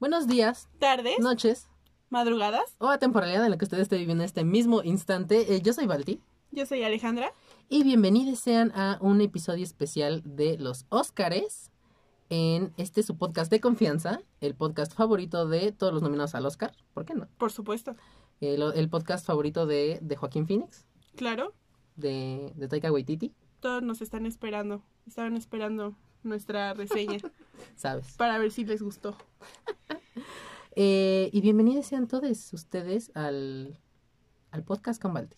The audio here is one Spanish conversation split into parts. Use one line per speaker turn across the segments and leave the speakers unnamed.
Buenos días,
¿Tardes?
noches
¿Madrugadas?
o a temporalidad en la que ustedes esté viviendo en este mismo instante. Eh, yo soy Balti
Yo soy Alejandra.
y bienvenidos sean a un episodio especial de los Óscares en este su podcast de confianza, el podcast favorito de todos los nominados al Óscar, ¿por qué no?
Por supuesto.
El, el podcast favorito de, de Joaquín Phoenix,
Claro,
de, de Taika Waititi,
todos nos están esperando. Estaban esperando nuestra reseña
¿sabes?
para ver si les gustó.
Eh, y bienvenidos sean todos ustedes al, al podcast con Balti.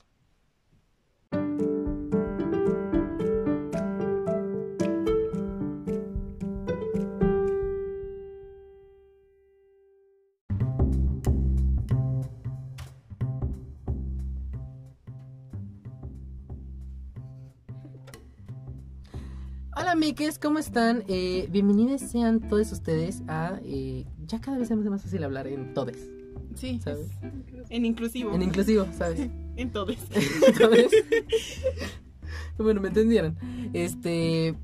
Hola amigues, ¿cómo están? Eh, bienvenidos sean todos ustedes a... eh, ya cada vez se me hace más fácil hablar en todes,
Sí.
¿sabes?
En inclusivo.
En
En,
inclusivo, ¿sabes?
todos.
¿Sabes? bueno, me entendieron. Este,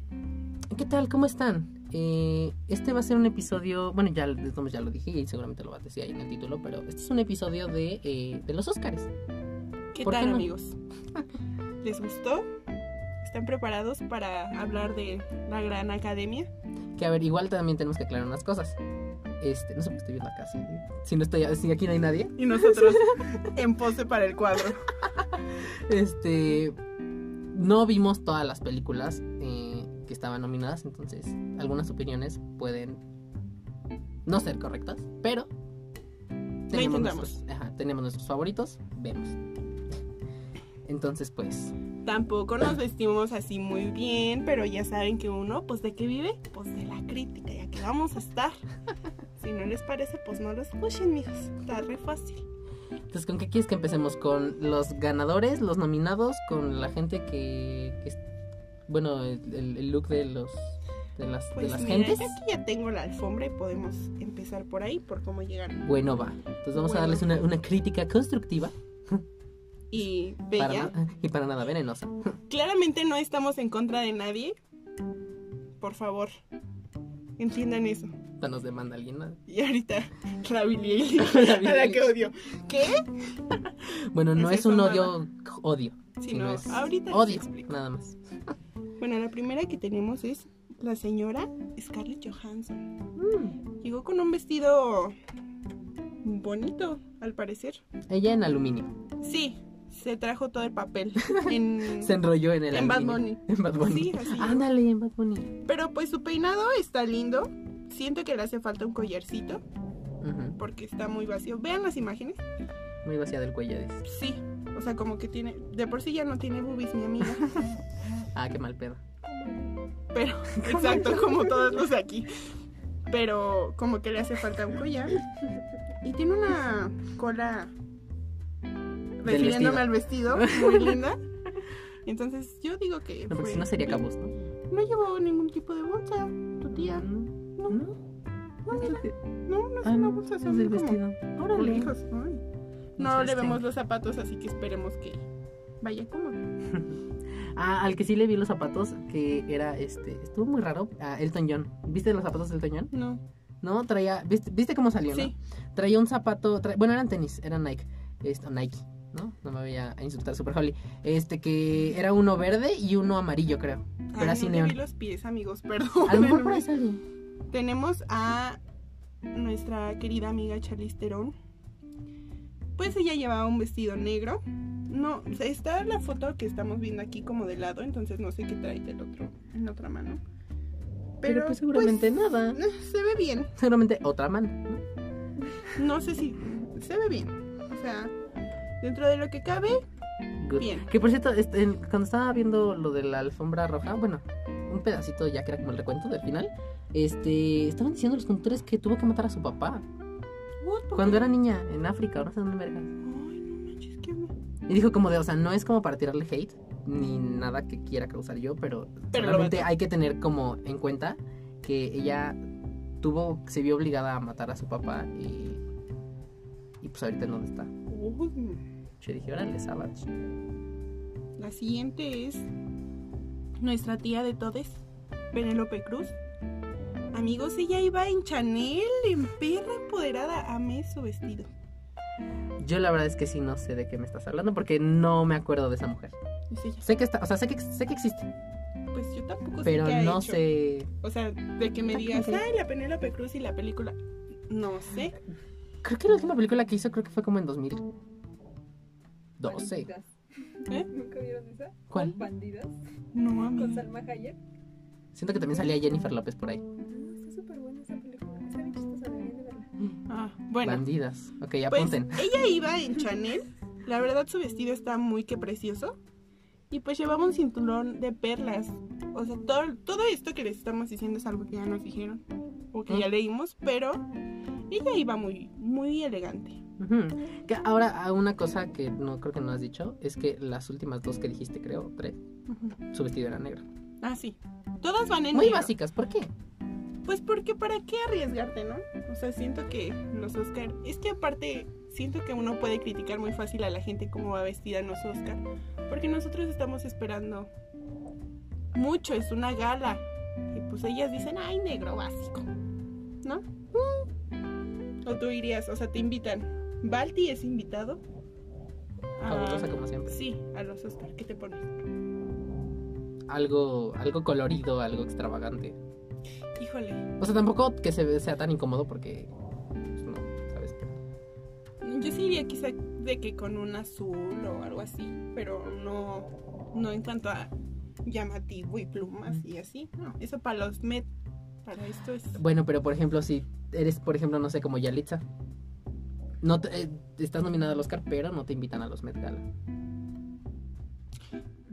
¿qué tal? ¿Cómo están? Eh, este va a ser un episodio, bueno, ya, no, ya lo dije y seguramente lo vas a decir ahí en el título, pero este es un episodio de, eh, de los Óscares.
¿Qué
¿Por qué
tal,
no?
amigos? ¿Les gustó? ¿Están preparados para hablar de la gran academia?
Que a ver, igual también tenemos que aclarar unas cosas. Este, no sé por qué estoy viendo acá, si, si no estoy, si aquí no hay nadie.
Y nosotros en pose para el cuadro.
Este, no vimos todas las películas eh, que estaban nominadas, entonces algunas opiniones pueden no ser correctas, pero tenemos,
intentamos.
nuestros, ajá, tenemos nuestros favoritos, vemos. Entonces, pues,
Tampoco nos vestimos así muy bien, pero ya saben que uno, pues de qué vive, pues de la crítica, ya que vamos a estar. Si no les parece, pues no lo escuchen, mijos. Está re fácil.
entonces, ¿con qué quieres que empecemos? ¿Con los ganadores, los nominados, con la gente que, que es- bueno, el, el- el look de los de las, de
Pues
las
mira,
gentes?
yo aquí ya tengo la alfombra y podemos empezar por ahí, por cómo llegaron.
Bueno, va. Entonces vamos a
Bueno.
darles una, una crítica constructiva
Y
para
Bella,
na- y para nada venenosa.
claramente no estamos en contra de nadie. Por favor, entiendan eso.
Hasta nos demanda alguien. ¿no?
Y ahorita, la Billie Eilish,
Billie
a la que
Eilish.
odio. ¿Qué?
Bueno, no
Esa
es un
es
odio, odio.
Si
sino
no,
es
ahorita les
odio,
explico.
nada más.
Bueno, la primera que tenemos es la señora Scarlett Johansson. Llegó con un vestido bonito, al parecer.
Ella en aluminio.
Sí, se trajo todo el papel en,
Se enrolló en el
en Bad
aluminio.
Bunny.
En Bad Bunny.
Sí, así.
Ándale, en Bad Bunny.
Pero pues su peinado está lindo. Siento que le hace falta un collarcito
Ujú.
porque está muy vacío. Vean las imágenes.
Muy vacía del cuello. dices.
Sí, o sea, como que tiene... De por sí ya no tiene boobies, mi amiga.
Ah, qué mal pedo.
Pero, exacto, como todos los de aquí. Pero como que le hace falta un collar. Y tiene una cola, refiriéndome al vestido, muy linda. Entonces yo digo que...
No, porque
fue-
si no sería cabos, ¿no?
No llevó ningún tipo de bolsa, tu tía.
No.
No,
No,
mira.
es-
no, no es
ah,
una
no,
bolsa,
es
son
del
como
vestido. Órale.
bolijos, ay. No
Entonces,
le vemos
este-
los zapatos, así que esperemos que vaya cómodo.
Ah, al que sí le vi los zapatos, que era este. Estuvo muy raro. Ah, Elton John. ¿Viste los zapatos de Elton John?
No,
No, traía. ¿Viste, viste cómo salió, no?
sí,
traía un zapato, tra- bueno, eran tenis, eran Nike, esto, Nike, ¿no? No me voy a insultar super Holly. Este que era uno verde y uno amarillo, creo. Pero
Ay,
así
no le
neón.
vi los pies, amigos, perdón.
A lo mejor por ahí salió.
Tenemos a nuestra querida amiga Charlize Theron. Pues ella llevaba un vestido negro. No, o sea, está la foto que estamos viendo aquí como de lado, entonces no sé qué trae del otro, en la otra mano.
Pero, pues seguramente nada.
pues, eh, se ve bien.
Seguramente otra mano. ¿no?
No sé si se ve bien. O sea, dentro de lo que cabe,
Good.
Bien.
Que por cierto, este, en- cuando estaba viendo lo de la alfombra roja, bueno, un pedacito ya que era como el recuento del final, este, estaban diciendo los conductores que tuvo que matar a su papá cuando era niña en África, ahora no sé dónde verga.
uh, Ay, no manches, qué onda.
Y dijo como de, o sea, no es como para tirarle hate, ni nada que quiera causar yo, pero,
Pero lo
realmente
mató.
hay que tener como en cuenta que ella tuvo, se vio obligada a matar a su papá y, y pues ahorita en dónde está.
Uy.
Yo dije, órale, Savage.
La siguiente es nuestra tía de todes, Penélope Cruz. Amigos, ella iba en Chanel, en perra empoderada. Amé su vestido.
Yo la verdad es que sí no sé de qué me estás hablando porque no me acuerdo de esa mujer.
Es Pues ella.
Sé que está, o sea, sé que, sé que existe,
Pues yo tampoco
pero
sé qué ha
no
hecho.
sé.
O sea, de que me digas, ay, la Penélope Cruz y la película. No sé.
Creo que la última película que hizo creo que fue como en 2012.
Bandidas.
¿Eh?
¿Nunca vieron esa?
¿Cuál?
Bandidas.
No,
Con
amiga.
Salma Hayek.
Siento que también salía Jennifer López por ahí.
Ah, Está súper buena esa película. Está bien chistosa, deberían de verla.
Ah, bueno.
Bandidas. Ok,
Pues
apunten.
ella iba en Chanel. La verdad su vestido está muy que precioso. Y pues llevaba un cinturón de perlas. O sea, todo, todo esto que les estamos diciendo es algo que ya nos dijeron. O que
Ah.
ya leímos. Pero ella iba muy, muy elegante.
Ujú. Que ahora ah, una cosa que no creo que no has dicho es que las últimas dos que dijiste, creo, tres, su vestido era negro.
Ah, sí. Todas van en
Muy
negro.
básicas, ¿por qué?
Pues porque para qué arriesgarte, ¿no? O sea, siento que los Oscar... Es que aparte, siento que uno puede criticar muy fácil a la gente cómo va vestida en los Oscar. Porque nosotros estamos esperando mucho, es una gala. Y pues ellas dicen, ay, negro básico. ¿No? Mm. O tú irías, o sea, te invitan. Balti es invitado. a-
Fabulosa como siempre.
Sí, a los Oscar. ¿Qué te pones?
Algo, algo colorido, algo extravagante.
Híjole.
O sea, tampoco que se ve- sea tan incómodo porque pues, no, ¿sabes?
Yo sí iría quizá de que con un azul o algo así, pero no, no en cuanto a llamativo y plumas y así. No, eso para los Met, para esto es...
Bueno, pero por ejemplo, si eres, por ejemplo, no sé, como Yalitza. No te- eh, estás nominada al Oscar, pero no te invitan a los Met Gala.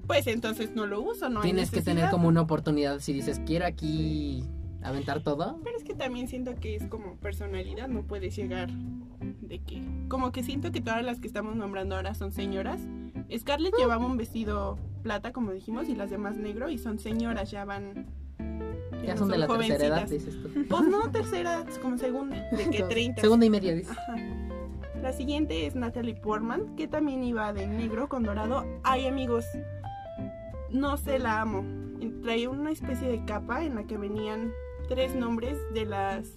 Pues entonces no lo uso, no hay
Tienes que
necesidad.
tener como una oportunidad. Si dices, quiero aquí aventar todo.
Pero es que también siento que es como personalidad, no puedes llegar de que... Como que siento que todas las que estamos nombrando ahora son señoras.
Ah.
Scarlett llevaba un vestido plata, como dijimos, y las demás negro, y son señoras, ya van...
Ya
no
son de la tercera edad,
jovencitas.
dices tú.
Pues no, tercera, es como segunda, de que
Entonces,
30.
Segunda y media, dices.
Ajá. La siguiente es Natalie Portman, que también iba de negro con dorado. Ay, amigos, no se la amo. Traía una especie de capa en la que venían tres nombres de las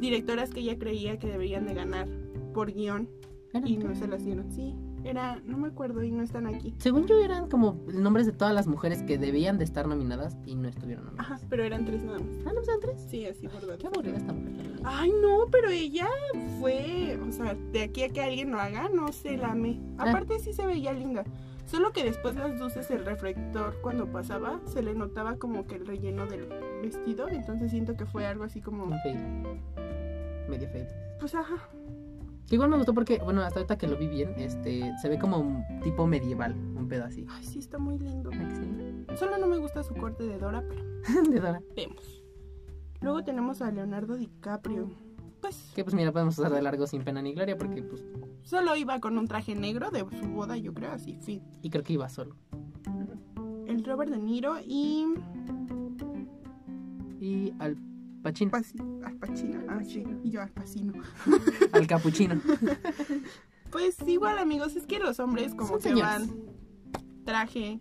directoras que ella creía que deberían de ganar por guión y no se las dieron. Sí, era, no me acuerdo y no están aquí.
Según yo eran como nombres de todas las mujeres que debían de estar nominadas y no estuvieron
Ajá,
nominadas.
pero eran tres nada más.
Ah, no, sean tres.
Sí, así por
Qué
donde.
aburrida esta mujer. también.
Ay, no, pero ella fue, o sea, de aquí a que alguien lo haga, no se lame.
Ah.
Aparte sí se veía linda. Solo que después las luces del reflector cuando pasaba se le notaba como que el relleno del vestido, entonces siento que fue algo así como,
Un fail. Medio fail.
pues ajá,
Que igual me gustó porque, bueno, hasta ahorita que lo vi bien, este, se ve como un tipo medieval, un pedo así.
ay sí está muy lindo.
¿Ah que sí?
Solo no me gusta su corte de Dora, pero
De Dora.
vemos. Luego tenemos a Leonardo DiCaprio. Pues
Que pues mira, podemos usar de largo sin pena ni gloria porque pues,
solo iba con un traje negro de su boda, yo creo, así, fin.
y creo que iba solo.
El Robert De Niro y
Y al pachín,
Paci- Al Pacino, ah, sí, y yo Al Pacino.
al capuchino.
Pues igual, amigos, es que los hombres como
Son
que
señoras.
van traje,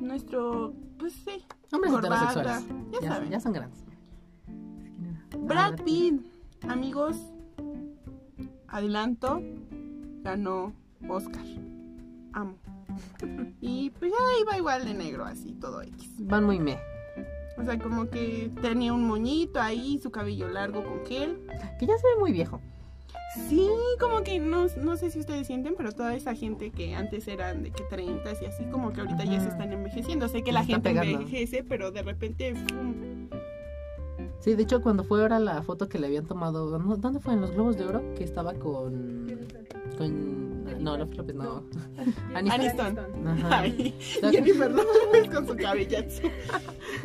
nuestro, pues sí,
Hombres
corbata,
heterosexuales.
ya,
Ya,
saben.
ya son grandes. ¿Quién era? Ah,
Brad Pitt, amigos, adelanto, ganó Oscar. Amo. Y pues ya iba igual de negro, así, todo X.
Van muy me.
O sea, como que tenía un moñito ahí, su cabello largo con gel.
Que ya se ve muy viejo.
Sí, como que no, no sé si ustedes sienten, pero toda esa gente que antes eran de que 30 y así, como que ahorita ya se
Ujú.
están envejeciendo. Sé que
Se
la
están
gente
pegando.
envejece, pero de repente, ¡fum!
Sí, de hecho, cuando fue ahora la foto que le habían tomado, ¿no? ¿dónde fue? ¿En los Globos de Oro? Que estaba con. con no, López López, no.
Aniston.
Ajá.
Ay, Jennifer López con su cabellazo.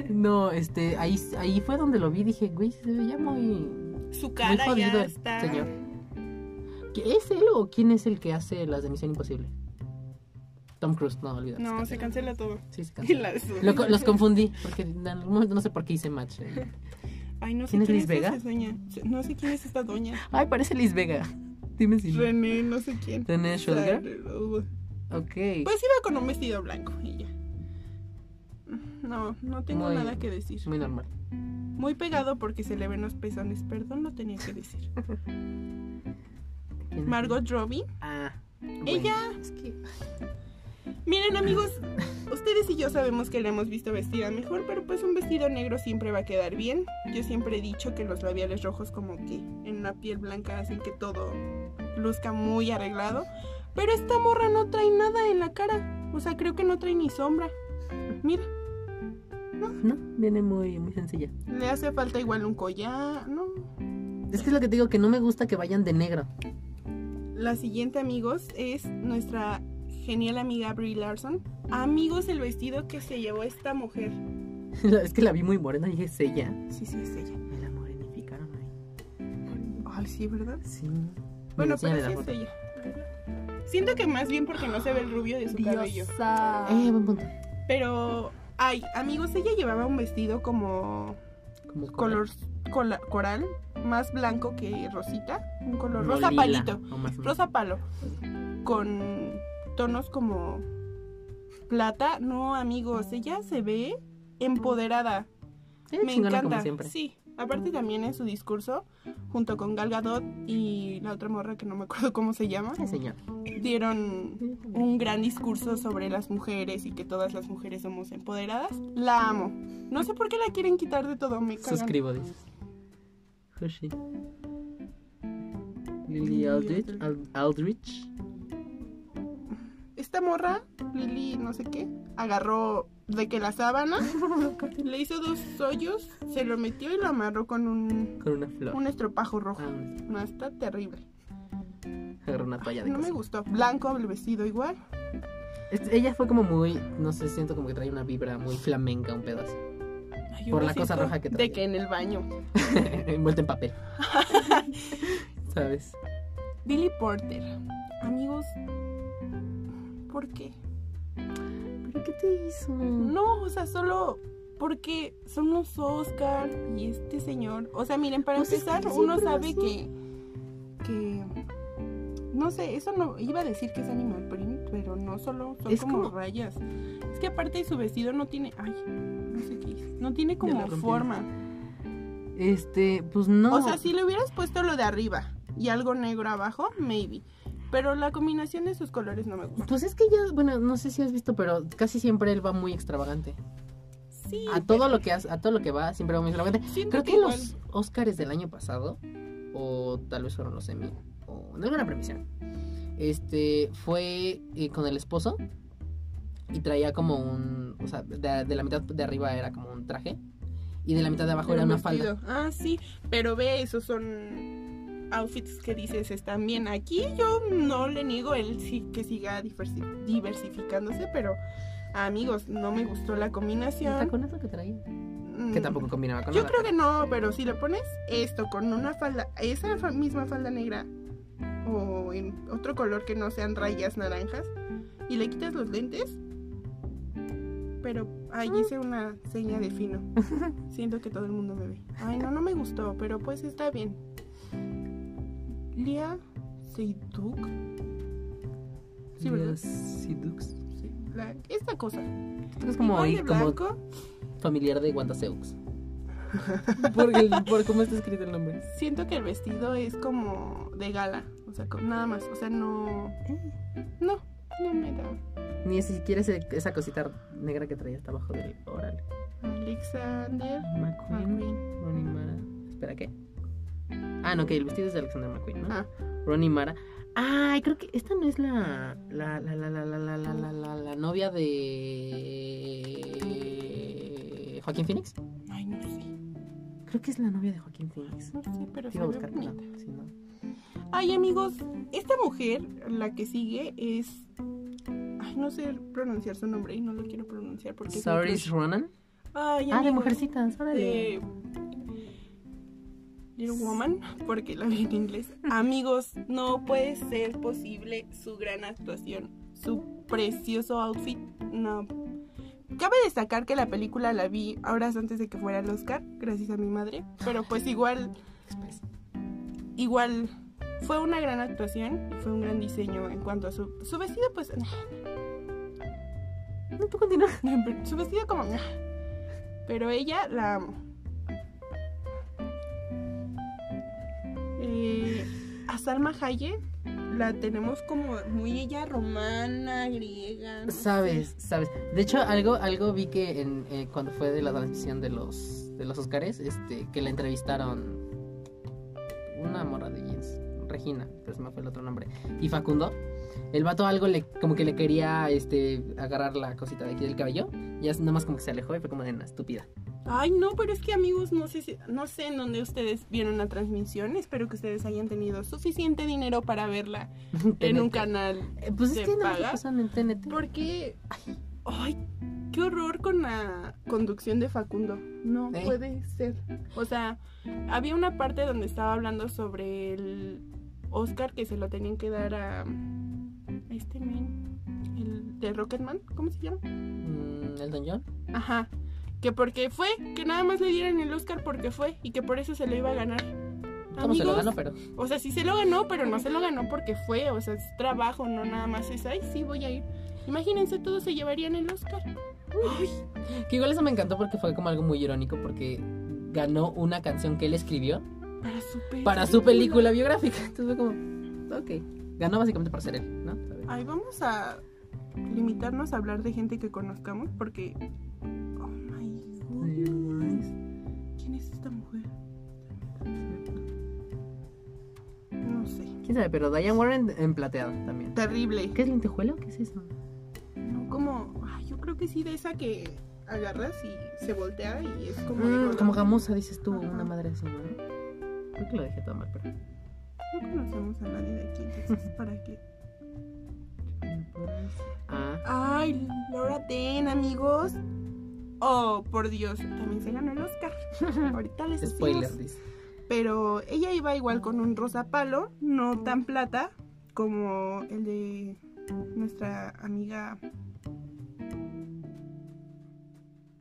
No, este, ahí, ahí fue donde lo vi. Dije, güey, se veía muy.
Su
Muy
cara
jodido
ya
el
está.
señor. ¿Qué- ¿Es él o quién es el que hace las de Misión Imposible? Tom Cruise, no, olvídate.
No,
se
se
cancela.
cancela todo.
Sí, se
Y
cancela.
la de su-
Lo co- los confundí, porque en algún momento no sé por qué hice match. eh.
Ay, no sé
¿Quién
quién
es
es,
Liz Vega?
esa doña. No sé quién es esta doña.
Ay, parece Liz Vega. Dime si. no.
René, no sé quién.
René Schrödinger. Ok.
Pues iba con un vestido blanco y ya. No, no tengo
Muy-
nada que decir.
Muy normal.
Muy pegado porque se le ven los pezones. Perdón, lo tenía que decir.
¿Quién es?
Margot Robbie.
Ah. bueno,
Ella.
Es que.
Miren, amigos, ustedes y yo sabemos que la hemos visto vestida mejor, pero pues un vestido negro siempre va a quedar bien. Yo siempre he dicho que los labiales rojos, como que en una piel blanca, hacen que todo luzca muy arreglado. Pero esta morra no trae nada en la cara. O sea, creo que no trae ni sombra. Mira.
No, viene muy, muy sencilla.
Le hace falta igual un collar, ¿no?
Es que es lo que te digo, que no me gusta que vayan de negro.
La siguiente, amigos, es nuestra genial amiga Brie Larson. Amigos, el vestido que se llevó esta mujer.
es que la vi muy morena y es ella.
Sí, sí, es ella.
Me la morenificaron ahí.
Ay, sí, ¿verdad?
Sí.
Bueno,
Mira, enséñale
pero sí
la
es
foto.
ella. Siento que más bien porque no se ve el rubio de su cabello.
Diosa.
Eh, buen punto.
Pero, ay, amigos, ella llevaba un vestido como
Como
color cola- coral, más blanco que rosita, un color
como
rosa
lila,
palito,
o más o menos.
rosa palo, con tonos como plata. No, amigos, ella se ve empoderada.
Sí,
Me
Eh, chingona
encanta.
como siempre.
Sí. Aparte también en su discurso, junto con Gal Gadot y la otra morra que no me acuerdo cómo se llama,
Sí, señor.
dieron un gran discurso sobre las mujeres y que todas las mujeres somos empoderadas. La amo. No sé por qué la quieren quitar de todo, me cagan.
Suscribo, dices. Hushi. Lily
Lily
Aldrich.
Aldrich.
Al- Aldrich.
Esta morra, Lily, no sé qué, agarró de que la sábana le hizo dos hoyos, se lo metió y lo amarró con un,
Con una flor.
un estropajo rojo.
Ah, un-
No, está terrible.
agarró una toalla de
No me
cocina.
gustó. Blanco el vestido igual.
Es- Ella fue como muy, no sé, siento como que trae una vibra muy flamenca, un pedazo.
Ay, yo
Por
me
la cosa
siento
roja que
De
traía.
que en el baño.
Envuelta en papel. ¿Sabes?
Billy Porter. Amigos, ¿por qué?
¿Pero qué te hizo?
No, o sea, solo porque son los Oscar y este señor. O sea, miren, para
Pues es que
empezar,
siempre
uno
lo
sabe
hacen.
que. que. No sé, eso no. Iba a decir que es animal print, pero no solo. Son
Es
como,
como-
rayas. Es que aparte su vestido no tiene. Ay, no sé qué es. No tiene
la
como
rompimos.
forma.
Este, pues no.
O sea, si le hubieras puesto lo de arriba y algo negro abajo, maybe. Pero la combinación de sus colores no me gusta.
Pues es que ya, bueno, no sé si has visto, pero casi siempre él va muy extravagante.
Sí.
A todo lo que hace- a todo lo que va, siempre va muy extravagante.
Siento
Creo que
igual-
los Oscars del año pasado, o tal vez fueron los Emmy, o en alguna premisión, este, fue eh, con el esposo y traía como un, o sea, de, de la mitad de arriba era como un traje y de la mitad de abajo era
Pero
una falda.
vestido. Ah, sí, pero ve, esos son outfits que dices están bien. Aquí yo no le niego el sí que siga diversi- diversificándose, pero amigos, no me gustó la
¿El
combinación.
taconazo que traía?
Mm,
Que tampoco combinaba con
Yo
nada.
creo que no, pero si le pones esto con una falda, esa fa- misma falda negra o en otro color que no sean rayas naranjas y le quitas los lentes, pero ahí hice una seña de fino. Siento que todo el mundo me ve. Ay, no, no me gustó, pero pues está bien. Lia Seydouk. Sí, ¿verdad?
Los Sidux.
Sí, la- esta cosa.
Es como,
Igual
ahí,
de
como
blanco.
familiar de Guantaceux. por, el- por cómo está escrito el nombre.
Siento que el vestido es como de gala, o sea, co- nada más, o sea, no... No, no me da.
Ni siquiera ese- esa cosita negra que traía hasta abajo del oral.
Alexander
McQueen,
McQueen.
Ronnie Mara. Espera, ¿qué? Ah, no, que el vestido es de Alexander McQueen, ¿no?
Ah.
Ronnie Mara. Ay, creo que esta no es la. La, la, la, la, la, la, la, la, la, la novia de. Joaquín Phoenix.
Ay, no sé,
Creo que es la novia de Joaquín Phoenix.
no sé, pero
Sí,
se
voy a
ve
buscar, pero
bonita.
no, sí, no.
Ay, amigos, esta mujer, la que sigue, es... Ay, no sé pronunciar su nombre y no lo quiero pronunciar porque... es mi
Saoirse
crush.
Ronan.
Ay,
Ah, de
amigos,
mujercitas, órale.
de Little Woman, porque la vi en inglés. Amigos, no puede ser posible su gran actuación, su precioso outfit. No. Cabe destacar que la película la vi horas antes de que fuera el Oscar, gracias a mi madre. Pero pues igual,
Después.
igual fue una gran actuación y fue un gran diseño en cuanto a su, su vestido, pues
No, tú continúa.
"Ah". su vestido como. Pero ella la amo. Eh, a Salma Hayek la tenemos como muy ella romana, griega. no sé.
Sabes, sabes. De hecho, algo, algo vi que en, eh, cuando fue de la transmisión de los, de los Oscars, este, que la entrevistaron una morra de jeans, Regina, pero se me fue el otro nombre, y Facundo. El vato algo le, como que le quería este, agarrar la cosita de aquí del cabello, y así nomás como que se alejó y fue como de una estúpida.
Ay, no, pero es que amigos, no sé, si- no sé en dónde ustedes vieron la transmisión. Espero que ustedes hayan tenido suficiente dinero para verla en un
TNT.
canal.
Eh, Pues
¿Se
es que no
paga?
pasan en TNT.
Porque, ay, ay, qué horror con la conducción de Facundo. No
¿Eh?
puede ser. O sea, había una parte donde estaba hablando sobre el Oscar que se lo tenían que dar a, a este men, el de Rocketman, ¿cómo se llama?
Mm, ¿El Don John?
Ajá. Que porque fue, que nada más le dieran el Oscar porque fue y que por eso se lo iba a ganar.
¿Cómo se lo ganó?
Amigos,
Pero
O sea, sí se lo ganó, pero no se lo ganó porque fue, o sea, es trabajo, no nada más es, ay, sí, voy a ir. Imagínense, todos se llevarían el Oscar. Ay,
Que igual eso me encantó porque fue como algo muy irónico porque ganó una canción que él escribió
para su película.
para su película biográfica. Entonces fue como, ok. Ganó básicamente por ser él, ¿no? Está bien.
Ay, vamos a limitarnos a hablar de gente que conozcamos porque... Oh, my goodness. ¿Quién es esta mujer? No sé.
¿Quién sabe? Pero Diane Warren en plateado también.
Terrible.
¿Qué es lentejuelo? ¿Qué es eso?
No, como... Ay, yo creo que sí, de esa que agarras y se voltea y es como... de
Mm,
color.
como gamuza, dices tú,
Ajá.
una madre así, ¿no? Creo que lo dejé todo mal, pero...
No conocemos a nadie de aquí, entonces, ¿para qué?
Mm, Ah,
Ay, Laura Ten, amigos. Oh, por Dios, también se ganó el Oscar. Ahorita les decimos.
spoiler, dice.
Pero ella iba igual con un rosa palo, no tan plata como el de nuestra amiga.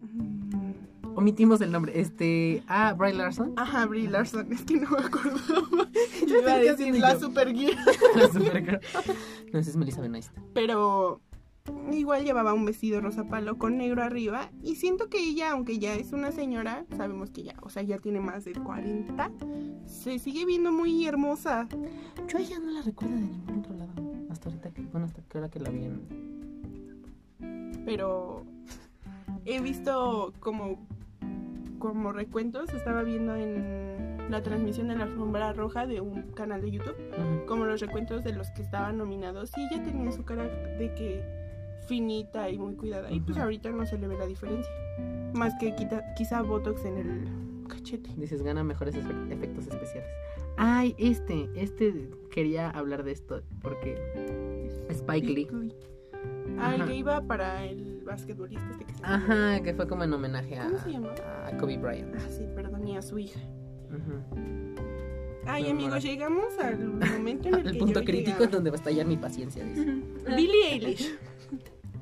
Mm,
Omitimos el nombre. Este... Ah, Bry Larson.
Ajá, Brie Larson, es que no me acordaba.
Ya
Iba a
estoy
decir
haciendo
la
yo.
super
La Supergirl. No, esa es Melissa Benoist.
pero igual llevaba un vestido rosa palo con negro arriba y siento que ella, aunque ya es una señora, sabemos que ya, o sea, ya tiene más de 40, se sigue viendo muy hermosa.
Yo ella no la recuerdo de ningún otro lado. Hasta ahorita que, bueno, hasta que ahora que la vi en...
pero he visto como como recuentos estaba viendo en la transmisión de la alfombra roja de un canal de YouTube
Ujú.
como los recuentos de los que estaban nominados y ella tenía su cara de que finita y muy cuidada y pues
Ujú.
ahorita no se le ve la diferencia más que quita- quizá botox en el cachete
Dices, gana mejores espe- efectos especiales. Ay, este, este quería hablar de esto porque Spike Lee.
ah el
Ajá.
que iba para el basquetbolista este que se
Ajá, que fue como en homenaje a,
¿Cómo se llama?
a Kobe Bryant.
ah sí perdón y a su hija
Ujú.
Ay,
Pero
amigos,
ahora-
llegamos al momento en el,
El
que
punto
yo
crítico
llegaba.
es donde va a estallar mi paciencia, dice.
Billie Eilish.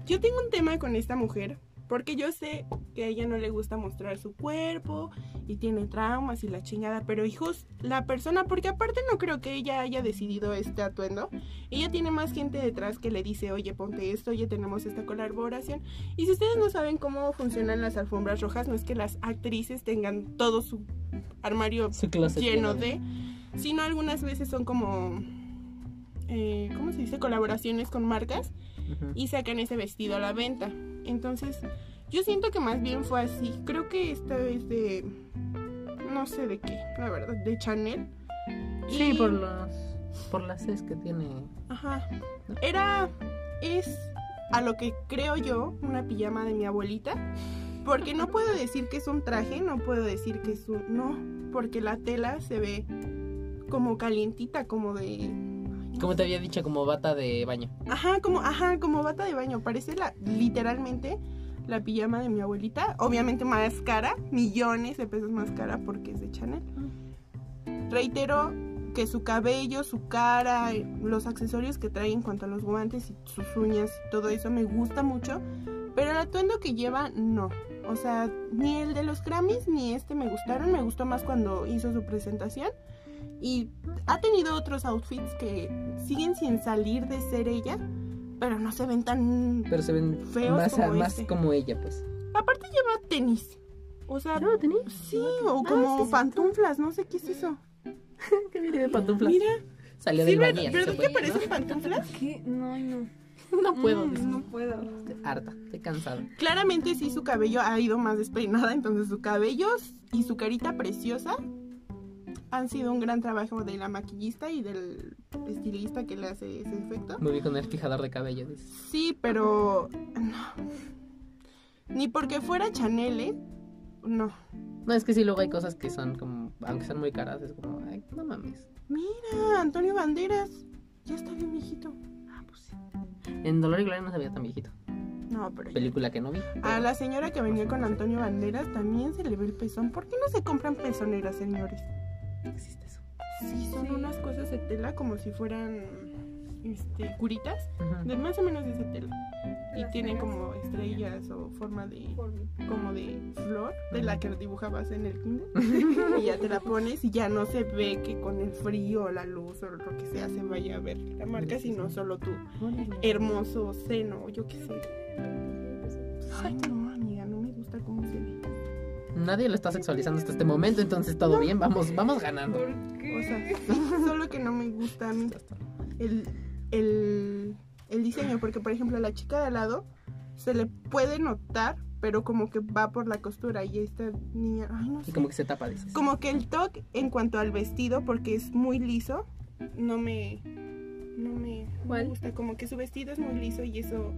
Yo tengo un tema con esta mujer porque yo sé que a ella no le gusta mostrar su cuerpo y tiene traumas y la chingada, pero hijos, la persona, porque aparte no creo que ella haya decidido este atuendo, ella tiene más gente detrás que le dice, oye, ponte esto, oye, tenemos esta colaboración. Y si ustedes no saben cómo funcionan las alfombras rojas, no es que las actrices tengan todo su armario
Su closet
lleno de, sino algunas veces son como, eh, ¿cómo se dice? Colaboraciones con marcas
Ujú.
y sacan ese vestido a la venta. Entonces, yo siento que más bien fue así. Creo que esta es de, no sé de qué, la verdad, de Chanel.
Sí,
Y-
por los... Por las es que tiene...
Ajá. Era, es a lo que creo yo una pijama de mi abuelita. Porque no puedo decir que es un traje, no puedo decir que es un... No, porque la tela se ve como calientita, como de... ay, no
Como
sé.
te había dicho, como bata de baño.
Ajá, como, ajá, como bata de baño. Parece la, literalmente la pijama de mi abuelita. Obviamente más cara, millones de pesos más cara porque es de Chanel. Reitero que su cabello, su cara, eh, los accesorios que trae en cuanto a los guantes y sus uñas, todo eso me gusta mucho. Pero el atuendo que lleva, no. O sea, ni el de los Grammys ni este me gustaron. Me gustó más cuando hizo su presentación. Y ha tenido otros outfits que siguen sin salir de ser ella, pero no se ven tan...
Pero se ven
Feos
más, a-
como
más
este.
como ella, pues.
Aparte lleva tenis. O sea,
¿No lo tenía?
sí, o como
sí, sí.
pantuflas, no sé qué es eso.
¿Qué viene de pantuflas?
Mira,
Salió del
Silver,
baño y así
¿verdad
se fue,
que parecen pantuflas?
¿Qué? No, no.
¿no? No puedo.
Mm,
dice,
No puedo.
Estoy harta, estoy cansada.
Claramente sí, su cabello ha ido más despeinada, entonces su cabello y su carita preciosa han sido un gran trabajo de la maquillista y del estilista que le hace ese efecto.
Me vi con el fijador de cabello. Dice.
Sí, pero no. Ni porque fuera Chanel, ¿eh? no.
No, es que sí, luego hay cosas que son como, aunque son muy caras, es como, ay, no mames.
Mira, Antonio Banderas ya está bien viejito.
Ah, pues sí. En Dolor y Gloria no se veía tan viejito.
No, pero ya-
Película que no vi.
A
pero-
Ah, la señora que venía con Antonio Banderas también se le ve el pezón. ¿Por qué no se compran pezoneras, señores?
Existe eso.
Sí, son
Sí.
unas cosas de tela como si fueran este, curitas,
Ujú.
de más o menos de esa tela. Y
Las
tienen
pegas.
como estrellas o forma de
Por mí.
como de flor, de la que dibujabas en el kinder. y ya te la pones y ya no se ve que con el frío o la luz o lo que sea se vaya a ver la marca, sino solo tu
Eh,
hermoso seno o yo qué sé. Ay, no, amiga, no me gusta cómo se ve.
Nadie lo está sexualizando hasta este momento, entonces todo bien, vamos, vamos ganando.
¿Por qué?
O sea, solo que no me gusta a mí el, el- el diseño, porque por ejemplo a la chica de al lado se le puede notar, pero como que va por la costura y esta niña, ay, no
Y
sé.
como que se tapa, dices.
Como que el toque en cuanto al vestido, porque es muy liso, no me, no me, no me
¿Cuál?
gusta. Como que su vestido es muy liso y eso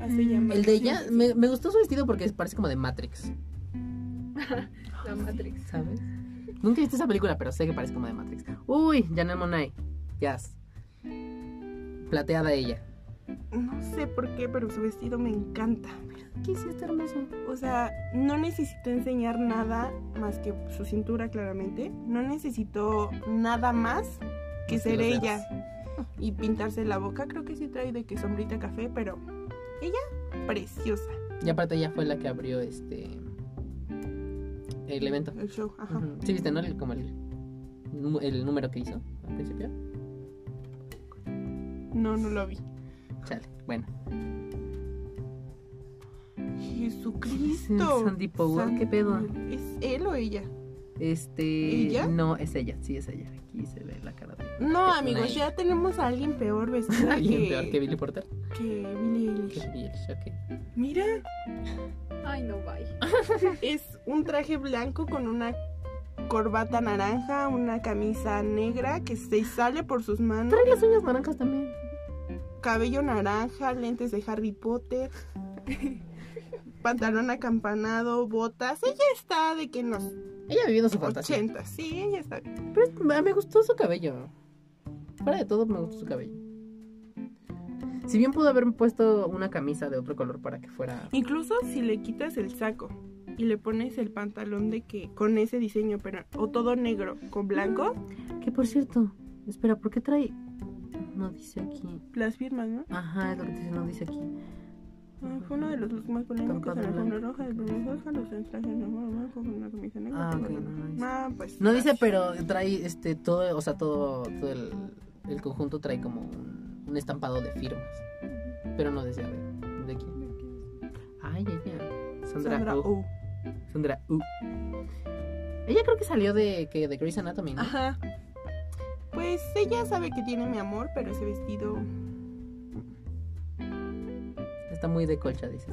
hace llamar.
El de ella, me, me gustó su vestido porque parece como de Matrix,
La Matrix.
¿sabes? Nunca viste esa película, pero sé que parece como de Matrix. Uy, Janelle Monáe, jazz. Plateada ella.
No sé por qué, pero su vestido me encanta.
¿Qué hiciste hermoso?
O sea, no necesitó enseñar nada más que su cintura, claramente. No necesitó nada más que
Más que
ser
los
ella y pintarse la boca. Creo que sí trae de que sombrita café, pero ella, preciosa.
Y aparte ella fue la que abrió este el evento.
El show, ajá.
Ujú. Sí, viste, ¿no? El- como el, nu- el número que hizo al principio.
No, no lo vi.
Chale, bueno.
Jesucristo.
Sandy Powell,
Sandy
¿qué pedo?
Powell. ¿Es él o ella?
Este.
¿Ella?
No, es ella, sí es ella. Aquí se ve la cara de.
No,
Es una
amigos,
ella.
ya tenemos a alguien peor vestida
Alguien
que,
peor que Billy Porter.
que Billie Eilish.
Que Billie Eilish, ok.
Mira,
Ay, no, bye.
es un traje blanco con una corbata naranja, una camisa negra que se sale por sus manos,
Trae las uñas naranjas también.
cabello naranja, lentes de Harry Potter, pantalón acampanado, botas. Ella está de que en los
Ella viviendo su fantasía.
80, sí, ella está.
Pero es- ah, me gustó su cabello. Fuera de todo, me gustó su cabello. Si bien pudo haberme puesto una camisa de otro color para que fuera.
Incluso si le quitas el saco y le pones el pantalón de que con ese diseño, pero o todo negro con blanco,
Que por cierto, espera, ¿por qué trae.? No dice aquí.
las firmas, ¿no?
Ajá, es lo que te dice, no dice aquí.
Ah, Fue uno de los looks más polémicos de la alfombra roja del primer Oscar, los trajes de amor blanco con una camisa negra.
Ah,
con
ok,
una-
no, no dice.
Ah, pues.
No dice, pero trae este todo, o sea, todo, todo el, el conjunto trae como un, un estampado de firmas. Pero no decía de, de quién. Ay, ella. Sandra,
Sandra
Oh.
Oh.
Sandra Oh. Ella creo que salió de, que, de Grey's Anatomy, ¿no?
Ajá. Pues ella sabe que tiene mi amor, pero ese vestido.
Está muy de colcha, dices. tú.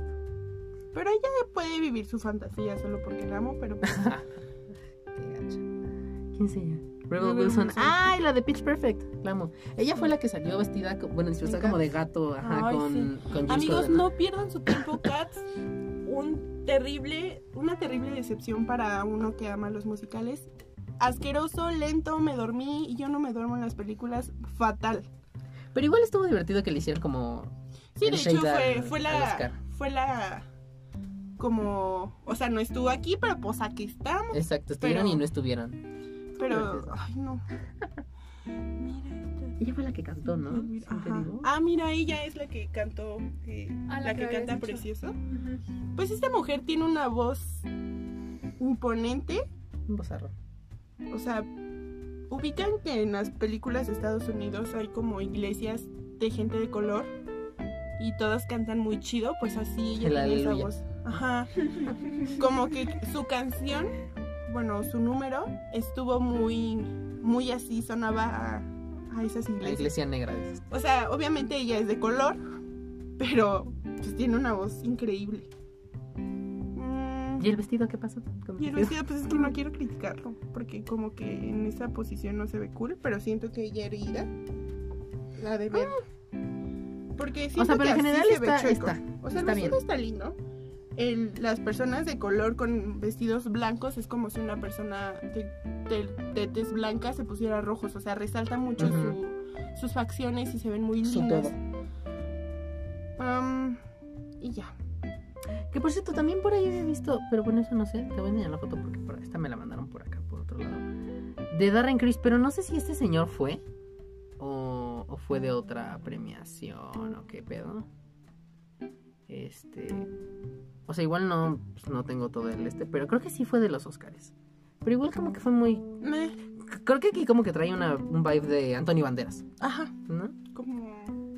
Pero ella puede vivir su fantasía solo porque la amo, pero pues,
Qué gacha. ¿Quién es ella? Rebel
Rebel
Wilson.
Wilson.
Ay, la de Pitch Perfect. La amo. Ella fue la que salió vestida, co- bueno, disfrazada
De
como de gato, ajá,
Ay,
con, con James
Amigos,
Corden, ¿no?
no pierdan su tiempo, Cats. Un terrible, una terrible decepción para uno que ama los musicales. Asqueroso, lento, me dormí y yo no me duermo en las películas. Fatal.
Pero igual estuvo divertido que le hicieron como
Sí,
el
de hecho
shade
fue,
al-
fue
al Oscar.
la. Fue la. Como. O sea, no estuvo aquí, pero pues aquí estamos.
Exacto, estuvieron
Pero-
y no estuvieron.
Pero.
divertido.
Ay, no. Mira esta.
Ella fue la que cantó, ¿no?
Elvira, ajá. Ah, mira, ella es la que cantó. eh,
Ah,
la,
la
que
que
canta
habías dicho.
precioso. Pues esta mujer tiene una voz imponente.
Un bozarro.
O sea, ubican que en las películas de Estados Unidos hay como iglesias de gente de color y todas cantan muy chido, pues así ella
El
tiene esa
aleluya.
voz. Ajá. Como que su canción, bueno, su número estuvo muy muy así, sonaba a, a esas
La
iglesias.
iglesia negra, dices.
O sea, obviamente ella es de color, pero pues tiene una voz increíble. Mm,
¿Y el vestido qué pasó? con mi
y el vestido, pues es que no quiero criticarlo, porque como que en esa posición no se ve cool, pero siento que ella herida la de ver. Porque siento
pero
que
en general
así se ve
está-
chueco.
está-
o sea, el
está
vestido
bien.
está lindo. El- las personas de color con vestidos blancos es como si una persona de, de- de tez blanca se pusiera rojos, o sea, resalta mucho
Ujú.
su- sus facciones y se ven muy
Su
lindas.
todo.
Am, y ya.
Que por cierto, también por ahí he visto, pero bueno, eso no sé, te voy a enseñar la foto porque por- esta me la mandaron por acá, por otro lado. De Darren Criss, pero no sé si este señor fue o, o fue de otra premiación o qué pedo. Este. O sea, igual no, pues, no tengo todo el este, pero creo que sí fue de los Oscars. Pero igual como que fue muy...
Meh,
Creo que aquí como que trae una, un vibe de Anthony Banderas,
ajá,
¿no?
como...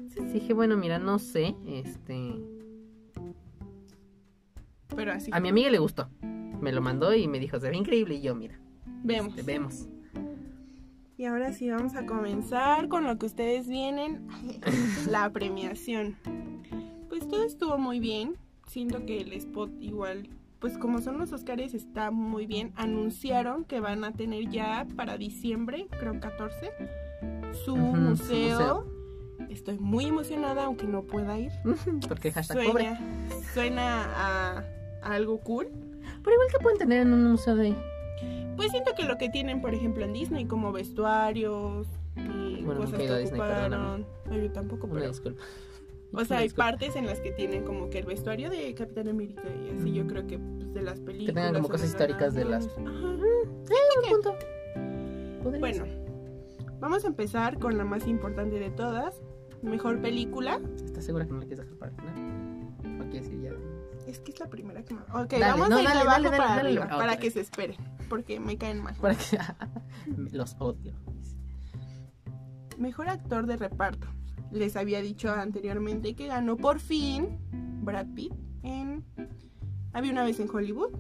Sí, dije, bueno, mira, no sé, este...
Pero así.
A mi amiga le gustó. Me lo mandó y me dijo, se ve increíble. Y yo, mira,
Vemos.
te vemos.
Y ahora sí vamos a comenzar con lo que ustedes vienen, la premiación. Pues todo estuvo muy bien, siento que el spot igual, pues como son los Oscars está muy bien. Anunciaron que van a tener ya para diciembre, creo 14, su
Ujú, su
museo.
museo.
Estoy muy emocionada aunque no pueda ir.
Porque hashtag pobre.
Suena, suena a, a algo cool.
Pero igual que pueden tener en un museo de...
Pues siento que lo que tienen, por ejemplo, en Disney, como vestuarios y
Bueno,
cosas
nunca he
que
ido a Disney,
ocuparon. No, yo tampoco,
Una
pero.
disculpa.
O sea,
Una
hay
disculpa.
partes en las que tienen como que el vestuario de Capitán América y así. Yo creo que pues, de las películas.
Mm. como
o
cosas
de
históricas de las-
Ajá.
Un punto. Podría
Bueno,
ser.
vamos a empezar con la más importante de todas: Mejor película.
¿Estás segura que no le quieres dejar para el final? ¿O quieres ir ya?
Es que es la primera que me. Ok,
Dale,
vamos
no,
a ir
dale,
de abajo
dale, dale,
para
dale,
arriba,
dale. Ah,
para
ok.
que se esperen, porque me caen mal.
Para que... Los odio.
Mejor actor de reparto. Les había dicho anteriormente que ganó por fin Brad Pitt en Había una vez en Hollywood.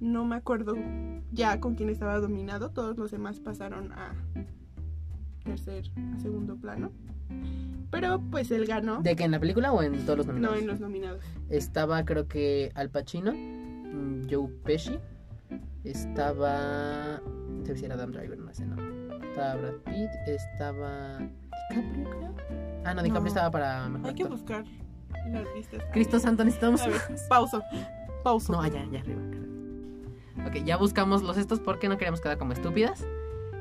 No me acuerdo ya con quién estaba dominado. Todos los demás pasaron a tercer, a segundo plano. Pero pues él ganó.
¿De que en la película o en todos los
No
nominados?
en los nominados.
Estaba, creo que, Al Pacino, mm, Joe Pesci, estaba... No sé si era Adam Driver, no sé, no. Estaba Brad Pitt, estaba... DiCaprio, creo. Ah, no, DiCaprio
No.
estaba para... mejor
Hay que
actor.
buscar las listas.
Cristo Santo, necesitamos...
A ver, pauso. Pauso.
No, allá, allá arriba. caray. Ok, ya buscamos los estos porque no queremos quedar como estúpidas.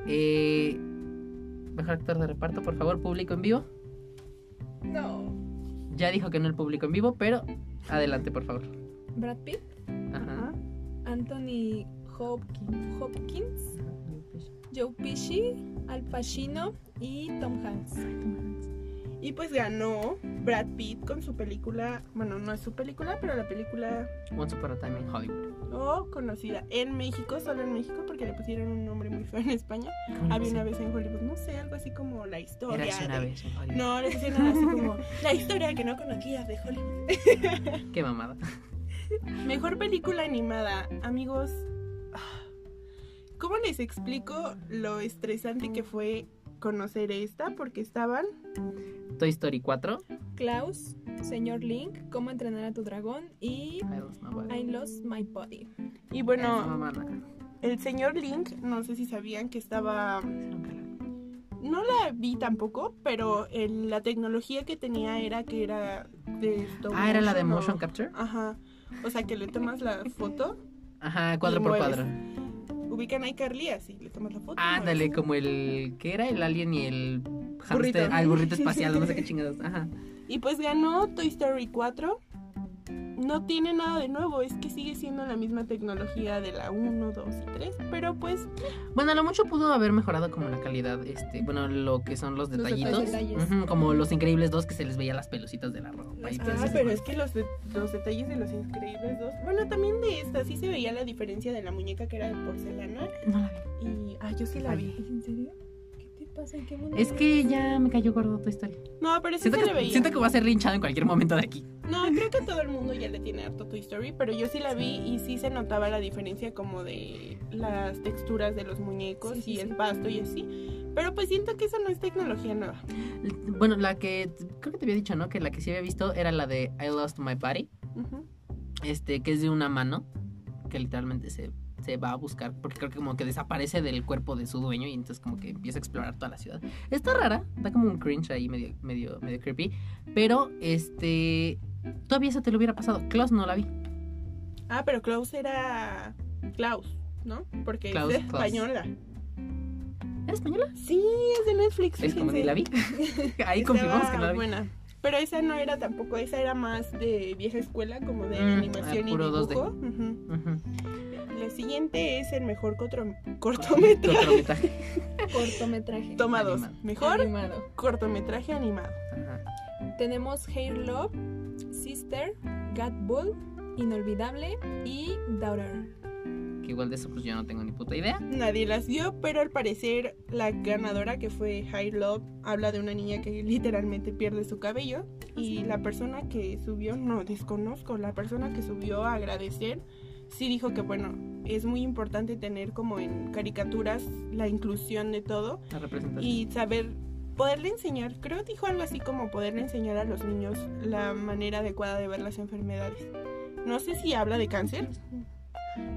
Eh, mejor actor de reparto, por favor, público en vivo.
No.
Ya dijo que no el público en vivo, pero adelante, por favor.
Brad Pitt,
Ajá.
Ajá.
Anthony Hopkins, Hopkins Joe Pesci, Al Pacino y Tom Hanks.
Y pues ganó Brad Pitt con su película. Bueno, no es su película, pero la película
Once Upon a Time in Hollywood.
o conocida en México, solo en México, porque le pusieron un nombre muy feo en España.
¿Cómo le
Había
dicen?
una vez en Hollywood, no sé, algo así como la historia.
Érase una
de-
vez en Hollywood.
No, le pusieron así como la historia que no conocías de Hollywood.
Qué mamada.
Mejor película animada, amigos. ah, ¿Cómo les explico lo estresante que fue conocer esta? Porque estaban
Toy Story 4.
Klaus, Señor Link, Cómo entrenar a tu dragón
I
y
lost my body.
I Lost My Body.
y
Esa
bueno,
mamada.
el señor Link, no sé si sabían que estaba
Nunca la vi.
No la vi tampoco, pero el- la tecnología que tenía era que era de stop
Ah, era la de
o-
Motion Capture.
Ajá. O sea, que le tomas la foto,
Ajá, cuadro por
mueves.
cuadro.
ubican a Carly así, le tomas la foto.
Ándale, como el. ¿Qué era? El alien y el. Hamster,
Burrito.
ah, el burrito espacial, no sé qué chingados. Ajá.
Y pues ganó Toy Story 4. No tiene nada de nuevo, es que sigue siendo la misma tecnología de la 1, 2 y 3, pero pues
Bueno, a lo mucho pudo haber mejorado como la calidad, este, bueno, lo que son los
Los
detallitos.
detalles.
Ujú, como los increíbles dos que se les veía las pelucitas de la ropa.
Las
y todo
Ah,
eso.
pero es que los, de- los detalles de los Increíbles 2, bueno, también de esta sí se veía la diferencia de la muñeca que era de porcelana
No la vi.
y ah, yo sí la vi.
¿En serio? ¿Qué te pasa? ¿En qué mundo?
Es que ya me cayó gordo tu historia.
No, pero sí
Siento
se le
que,
veía.
siento que voy a ser linchado en cualquier momento de aquí.
No, creo que todo el mundo ya le tiene harto Toy Story, pero yo sí la vi y sí se notaba la diferencia como de las texturas de los muñecos
Sí, sí,
y el
sí.
pasto y así. Pero pues siento que eso no es tecnología nueva.
Bueno, la que creo que te había dicho, ¿no? Que la que sí había visto era la de I Lost My Body,
Ujú.
este, que es de una mano, que literalmente se, se va a buscar, porque creo que como que desaparece del cuerpo de su dueño y entonces como que empieza a explorar toda la ciudad. Está rara, da como un cringe ahí medio, medio, medio creepy, pero este, todavía eso te lo hubiera pasado. Klaus no la vi.
Ah, pero Klaus era Klaus, ¿no? Porque
Klaus,
es
Klaus.
española.
¿Era española?
Sí, es de Netflix.
Es como
fíjense.
ni la vi. Ahí confirmamos
Estaba
que no la vi.
buena. Pero esa no era tampoco, esa era más de vieja escuela, como de
Mm,
animación
ah, puro
y
2D.
dibujo. Ujú.
Ujú.
La siguiente es el mejor cotro-
Tu
cortometraje.
cortometraje.
Cortometraje.
Toma dos.
Animado.
Mejor
Animado.
cortometraje animado.
Ajá.
Tenemos Hair Love, Sister, Gat Bull, Inolvidable y Daughter.
Que igual de eso pues yo no tengo ni puta idea.
Nadie las vio, pero al parecer la ganadora que fue High Love habla de una niña que literalmente pierde su cabello y la persona que subió, no desconozco, la persona que subió a agradecer sí dijo que bueno, es muy importante tener como en caricaturas la inclusión de todo
La representación.
y saber poderle enseñar, creo dijo algo así como poderle enseñar a los niños la manera adecuada de ver las enfermedades. No sé si habla de cáncer,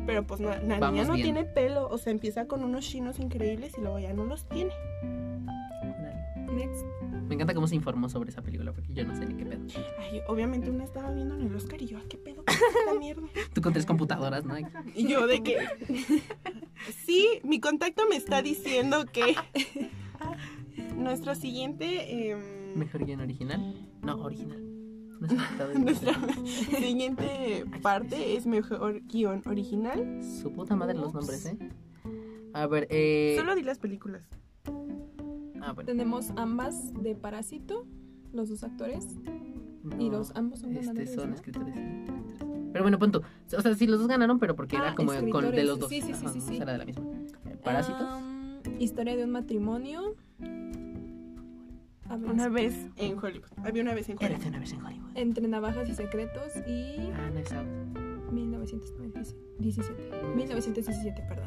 pero pues no, la niña
Vamos
no
bien.
tiene pelo, o sea, empieza con unos chinos increíbles y luego ya no los tiene.
Órale.
Next.
Me encanta cómo se informó sobre esa película porque yo no sé ni qué pedo.
Ay, obviamente una estaba viendo en el Oscar y yo, "Ah, ¿qué pedo con esta mierda?
Tú con tres computadoras, ¿no?
Y yo de que sí, mi contacto me está diciendo que nuestro siguiente em,
Mejor guión original. No, original. No es adaptado.
Nuestra siguiente parte es mejor guión original.
Su puta madre los nombres, ¿eh? A ver, eh.
Solo di las películas.
Ah, bueno.
Tenemos ambas de Parásito, los dos actores.
no,
Y los ambos son
Este
ganadores,
son
¿no?
escritores. y directores. Pero bueno, pon tú. O sea, sí, los dos ganaron, pero porque era
Ah,
como con, de
escritores.
los dos.
Sí, sí, sí,
Ajá,
sí,
no
sí. Ah,
Era de la misma. Eh, Parásitos.
Am, historia de un matrimonio. A ver,
Una vez en Hollywood. Había una vez en
Érase
Hollywood.
una vez en Hollywood.
Entre navajas y secretos y
Ah, no es out.
1917. 1917, perdón.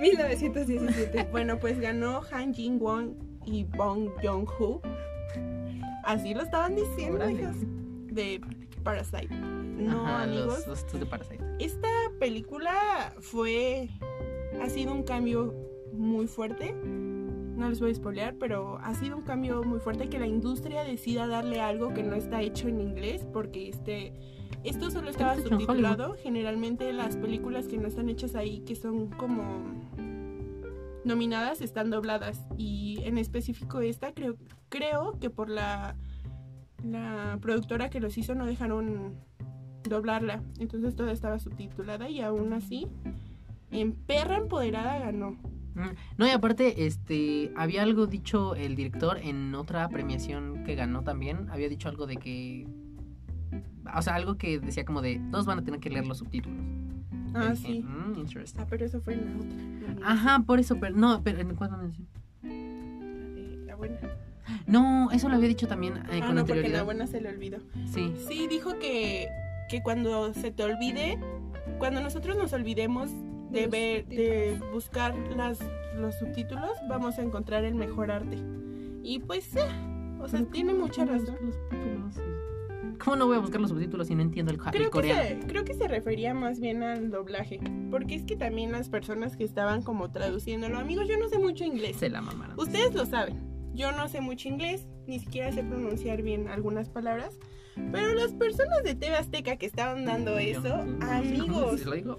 1917.
Bueno, pues ganó Han Jin Won y Bong Joon Ho. Así lo estaban diciendo,
Órale.
hijos, De Parasite. No,
Ajá,
amigos.
los, los estos de Parasite.
Esta película fue. Ha sido un cambio muy fuerte. No les voy a spoilear, pero ha sido un cambio muy fuerte que la industria decida darle algo que no está hecho en inglés, porque este. Esto solo estaba
está hecho en
subtitulado. Generalmente las películas que no están hechas ahí, que son como nominadas, están dobladas. Y en específico esta, creo, creo que por la, la productora que los hizo no dejaron doblarla. Entonces toda estaba subtitulada y aún así, en perra empoderada ganó.
Mm, No, y aparte, este, había algo dicho el director en otra premiación que ganó también, había dicho algo de que, o sea, algo que decía como de, todos van a tener que leer los subtítulos.
Ah,
Y dije,
sí.
"Mm, interesting".
Ah, pero eso fue en la otra.
Ajá, por eso, pero, no, pero ¿en cuál mención?
Eh, La buena.
No, eso lo había dicho también eh,
Ah,
con
no, porque la
anterioridad.
buena se le olvidó.
Sí,
Sí, dijo que, que cuando se te olvide, cuando nosotros nos olvidemos de
De los
ver, de buscar las, los subtítulos, vamos a encontrar el mejor arte. Y pues sí, o sea, tiene mucha razón.
¿Cómo no voy a buscar los subtítulos si no entiendo el, ja- el
Creo que,
coreano?
se, creo que se refería más bien al doblaje, porque es que también las personas que estaban como traduciéndolo, amigos, yo no sé mucho inglés.
Se la mamaron.
Ustedes lo saben, yo no sé mucho inglés, ni siquiera sé pronunciar bien algunas palabras, pero las personas de TV Azteca que estaban dando eso, amigos,
Se lo digo.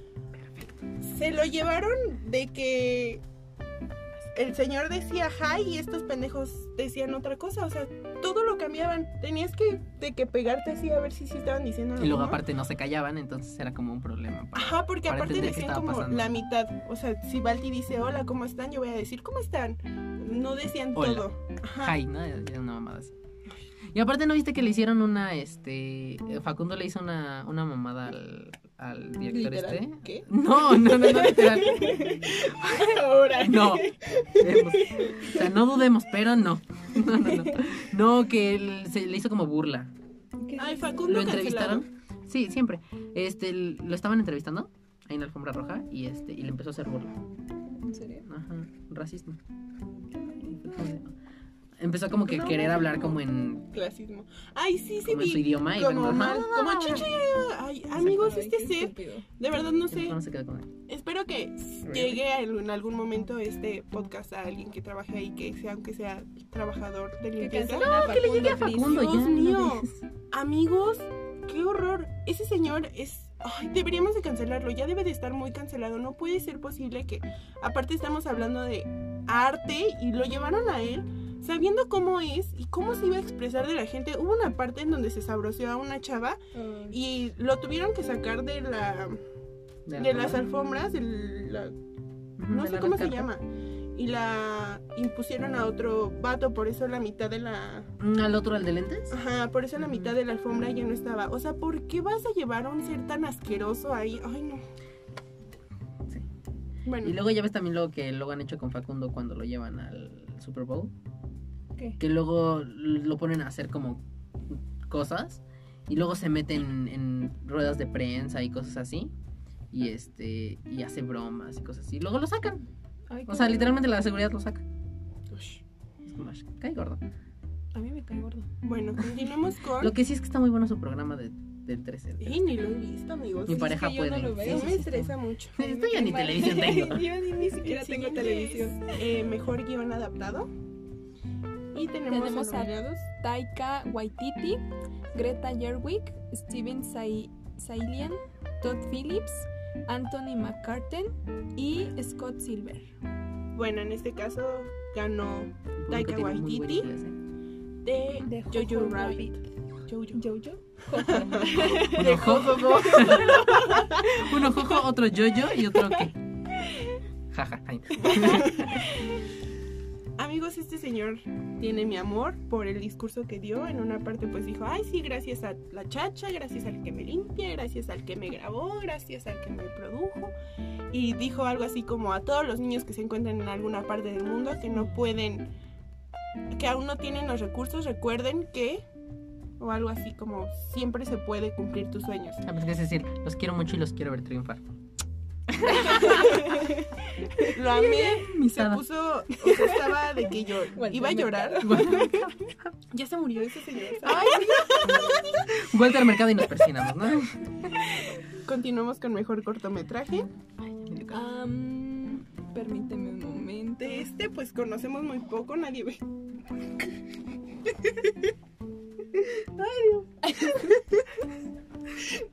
se lo llevaron de que el señor decía hi y estos pendejos decían otra cosa, o sea, todo lo cambiaban, tenías que, de que pegarte así a ver si sí estaban diciendo lo
Y luego
mismo.
aparte no se callaban, entonces era como un problema. para-
Ajá, porque
para
aparte
entender qué
decían
estaba
como
pasando.
la mitad. O sea, si Balti dice hola, ¿cómo están? Yo voy a decir ¿cómo están? No decían
Hola.
todo. Ajá.
Hi, ¿no? Era una mamada así. Y aparte, ¿no viste que le hicieron una, este... Facundo le hizo una, una mamada al, al director
Literal,
este?
¿qué?
No, no, no, no, literal.
Ahora.
No. Vemos. O sea, no dudemos, pero no. No, no, no. No, que él se le hizo como burla.
Ay,
¿Lo
Facundo cancelado.
entrevistaron? Sí, siempre. Este, lo estaban entrevistando ahí en la alfombra roja y este y le empezó a hacer burla.
¿En serio?
Ajá, racismo.
Qué
empezó como que
No,
querer
no,
hablar
no.
como en,
Clasismo. Ay, sí, sí,
como en su
vi.
idioma y
Como,
bueno,
mal,
ajá.
como chuchu. Ay, amigos,
Ay,
este
qué
ser,
estúpido.
de verdad no sé.
Bueno, se quedó con-
Espero que llegue a- en algún momento este podcast a alguien que trabaje ahí, que sea, aunque sea trabajador de
Que
limpieza.
cancelen a
que le llegue a
Facundo,
Facundo
please.
ya.
Dios
no
mío.
dejes.
Amigos, qué horror. Ese señor es... Ay, deberíamos de cancelarlo. Ya debe de estar muy cancelado. No puede ser posible que... Aparte estamos hablando de arte y lo llevaron a él sabiendo cómo es y cómo se iba a expresar de la gente. Hubo una parte en donde se sabroseó a una chava
Ay.
y lo tuvieron que sacar de la...
De
De las
alfombra.
alfombras, de la
Ujú,
no
de
sé
la
cómo se
carpa.
llama. Y la impusieron a otro vato, por eso la mitad de la...
Mm, Al otro, al de lentes.
Ajá, por eso la mitad de la alfombra ya no estaba. O sea, ¿por qué vas a llevar a un ser tan asqueroso ahí? Ay, no.
Sí.
Bueno,
Y luego ya ves también lo que luego han hecho con Facundo cuando lo llevan al Super Bowl.
¿Qué?
Que luego lo ponen a hacer como cosas y luego se meten en, ruedas de prensa y cosas así. Y este y hace bromas y cosas así. Y luego lo sacan.
Ay,
O sea,
qué-
literalmente la seguridad lo saca.
ush.
Es como, "Ash, cae gordo.
A mí me cae gordo.
bueno, continuemos con...
Lo que sí es que está muy bueno su programa de, del 13.
Ey, ni lo he visto, amigos.
Mi
Pues Sí,
pareja
yo
puede.
no
Sí,
lo veo.
sí,
me
sí,
estresa
está-
mucho.
Sí, estoy ya ni
Me cae
televisión
mal.
tengo.
Yo ni, ni
El
siquiera tengo
siguiente
televisión.
es, eh, mejor guión adaptado. Y tenemos,
Tenemos a-
nominados
Taika Waititi, Greta Gerwig, Steven Sai- Sailian, Todd Phillips, Anthony McCarten y Scott Silver.
Bueno, en este caso ganó Taika
Tiene muy buenos
Waititi.
días, ¿eh?
de,
De
Jojo
Jojo
Rabbit. Jojo.
Jojo.
Un
De
ojo,
Jojobo.
un ojo, otro yoyo y otro que. Jaja. ay.
Amigos, este señor tiene mi amor por el discurso que dio. En una parte pues dijo, ay sí, gracias a la chacha, gracias al que me limpia, gracias al que me grabó, gracias al que me produjo. Y dijo algo así como a todos los niños que se encuentran en alguna parte del mundo que no pueden, que aún no tienen los recursos, recuerden que, o algo así como, siempre se puede cumplir tus sueños.
Ah, pues, Es decir, los quiero mucho y los quiero ver triunfar.
Lo amé. Se
Misada.
puso, o sea, estaba de que yo iba a llorar. Ya se murió ese señor. Ay,
Vuelta al mercado y nos persinamos, ¿no?
Continuamos con mejor cortometraje.
Am, permíteme un momento.
De este, pues conocemos muy poco, nadie ve.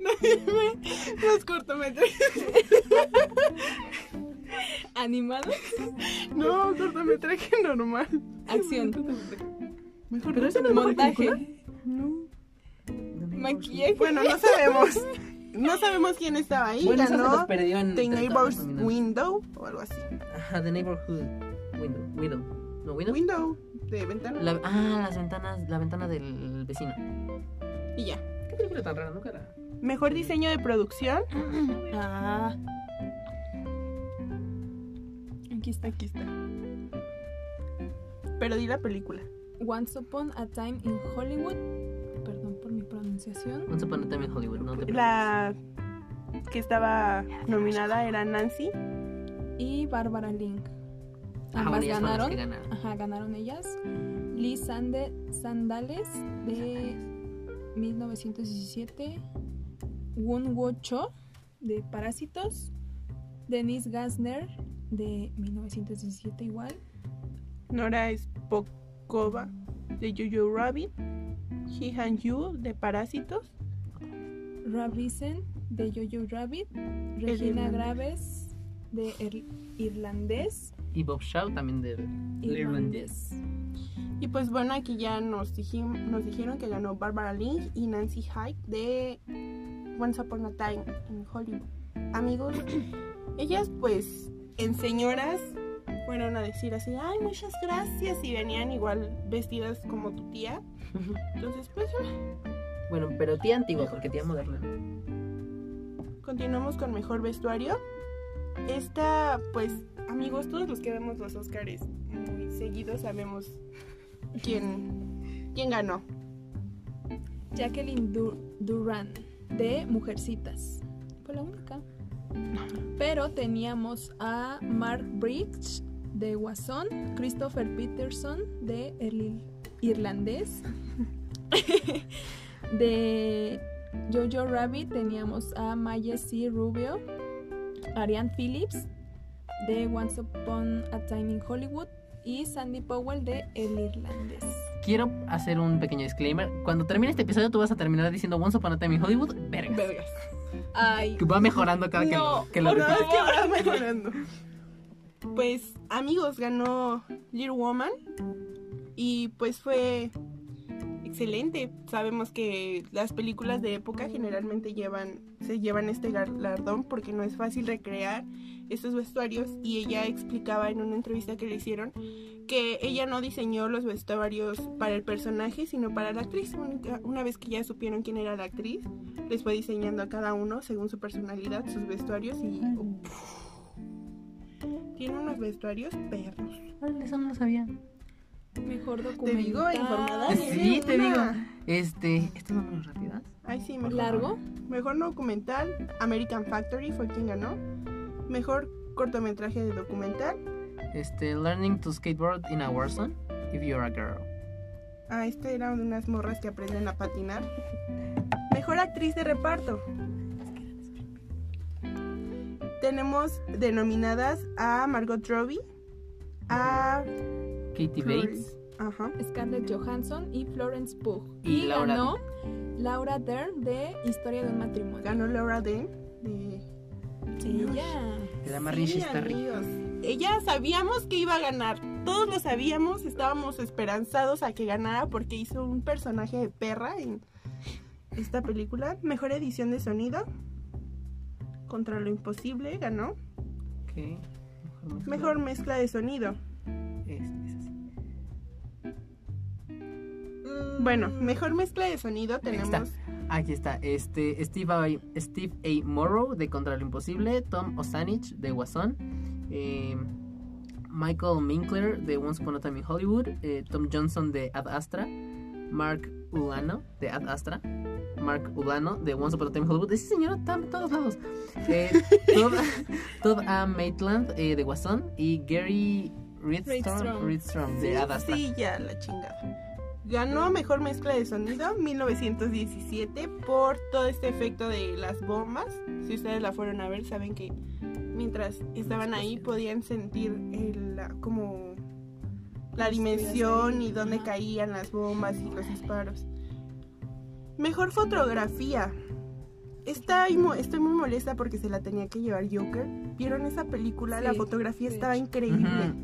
Nadie ve los cortometrajes.
Animado.
No, cortometraje normal.
Acción.
Mejor
Pero ese no es mejor película.
Montaje.
Maquillaje.
Maquillaje.
Bueno, no sabemos. No sabemos quién estaba ahí.
Bueno, eso se nos
Ganó
perdió en.
The
entre todas
Neighbor's
las nominadas.
Window o algo así.
Ajá, The Neighborhood. Window. Widow. No, Window.
Window de ventana.
La- ah, las ventanas, la ventana del vecino.
Y ya.
¿Qué película tan rara, no, cara?
Mejor diseño de producción.
Ah. Aquí está.
Aquí está. Pero di la película.
Once Upon a Time in Hollywood. Perdón por mi pronunciación.
Once Upon a Time in Hollywood, no te preocupes.
La que estaba nominada era Nancy.
Y Bárbara Link.
Ah,
Ambas
bueno, ellas fueron las
ganaron.
que ganaron.
Ajá, ganaron ellas. Lee Sande- Sandales de 1917. Won Wo Cho de Parásitos. Denise Gassner de 1917 igual.
Nora Spokova de Jojo Rabbit. He and You de Parásitos.
Ravisen de Jojo Rabbit.
Irlandés.
Regina Graves de Ir- Irlandés.
Y Bob Shaw también de. Irlandés.
Irlandés.
Y pues bueno, aquí ya nos, dijim- nos dijeron que ganó Barbara Lynch y Nancy Hyde de Once Upon a Time en Hollywood. Amigos, ellas pues en señoras fueron a decir así, ay, muchas gracias y venían igual vestidas como tu tía. Entonces pues
Bueno, pero tía antigua, porque tía moderna. no.
Continuamos con mejor vestuario. Esta, pues, amigos, todos los que vemos los Oscars muy seguidos sabemos quién, quién ganó.
Jacqueline Du- Duran de Mujercitas. Fue la única. Pero teníamos a Mark Briggs de Guasón, Christopher Peterson de El Irlandés, de Jojo Rabbit teníamos a Maya C. Rubio, Ariane Phillips de Once Upon a Time in Hollywood y Sandy Powell de El Irlandés.
Quiero hacer un pequeño disclaimer. Cuando termine este episodio, tú vas a terminar diciendo Once Upon a Time in Hollywood, vergas.
Vergas.
Ay,
Que va mejorando cada
No,
que lo, que lo
Cada
repites.
vez que va mejorando. Pues, amigos, ganó Little Woman. Y pues fue excelente. Sabemos que las películas de época generalmente llevan, se llevan este galardón porque no es fácil recrear estos vestuarios. Y ella explicaba en una entrevista que le hicieron que ella no diseñó los vestuarios para el personaje, sino para la actriz. Una- Una vez que ya supieron quién era la actriz, les fue diseñando a cada uno según su personalidad, sus vestuarios y... Tiene unos vestuarios perros.
Órale, Eso no lo sabía.
mejor
Te
documental.
digo, informada.
Sí,
tiene
te
una-
Este, ¿estas son rápidas?
Ay, sí, mejor.
Largo.
Mejor no documental, American Factory fue quien ganó. Mejor cortometraje de documental.
Este, Learning to Skateboard in a Warzone, if you're a girl.
Ah, este era de unas morras que aprenden a patinar. Mejor actriz de reparto. Tenemos denominadas a Margot Robbie, a
Katie Bates.
Ajá.
Scarlett Johansson y Florence Pugh.
Y Laura
ganó Laura Dern de Historia de un matrimonio.
Ganó Laura Dern de
Sí,
Dios.
ya.
Te da Marie
Sí,
Shisterri.
amigos. Ella sabíamos que iba a ganar. Todos lo sabíamos, estábamos esperanzados a que ganara porque hizo un personaje de perra en esta película. Mejor edición de sonido. Contra lo imposible ganó.
Ok.
Mejor
mezcla.
mezcla de sonido.
Es- Este, es así.
Bueno, mejor mezcla de sonido
está.
tenemos
Aquí está. Este, Steve A. Steve A. Morrow de Contra lo Imposible. Tom Osanich de Guasón. eh, Michael Minkler de Once Upon a Time in Hollywood. eh, Tom Johnson de Ad Astra. Mark Ulano de Ad Astra. Mark Ulano de Once Upon a Time in Hollywood. Ese señor está en todos lados. Eh, Todd, Todd A. Maitland eh, de Guasón. Y Gary Ridstrom,
Ridstrom.
Ridstrom de Ad Astra.
Sí, ya la chingada. Ganó mejor mezcla de sonido 1917 por todo este efecto de las bombas. Si ustedes la fueron a ver, saben que mientras estaban ahí
explosión.
podían sentir el, la- como la dimensión y dónde
Ajá.
caían las bombas y los disparos. Mejor fotografía. Está, ahí mo- estoy muy molesta porque se la tenía que llevar Joker. ¿Vieron esa película? la
Sí,
fotografía
de
estaba
hecho.
increíble.
Ujú.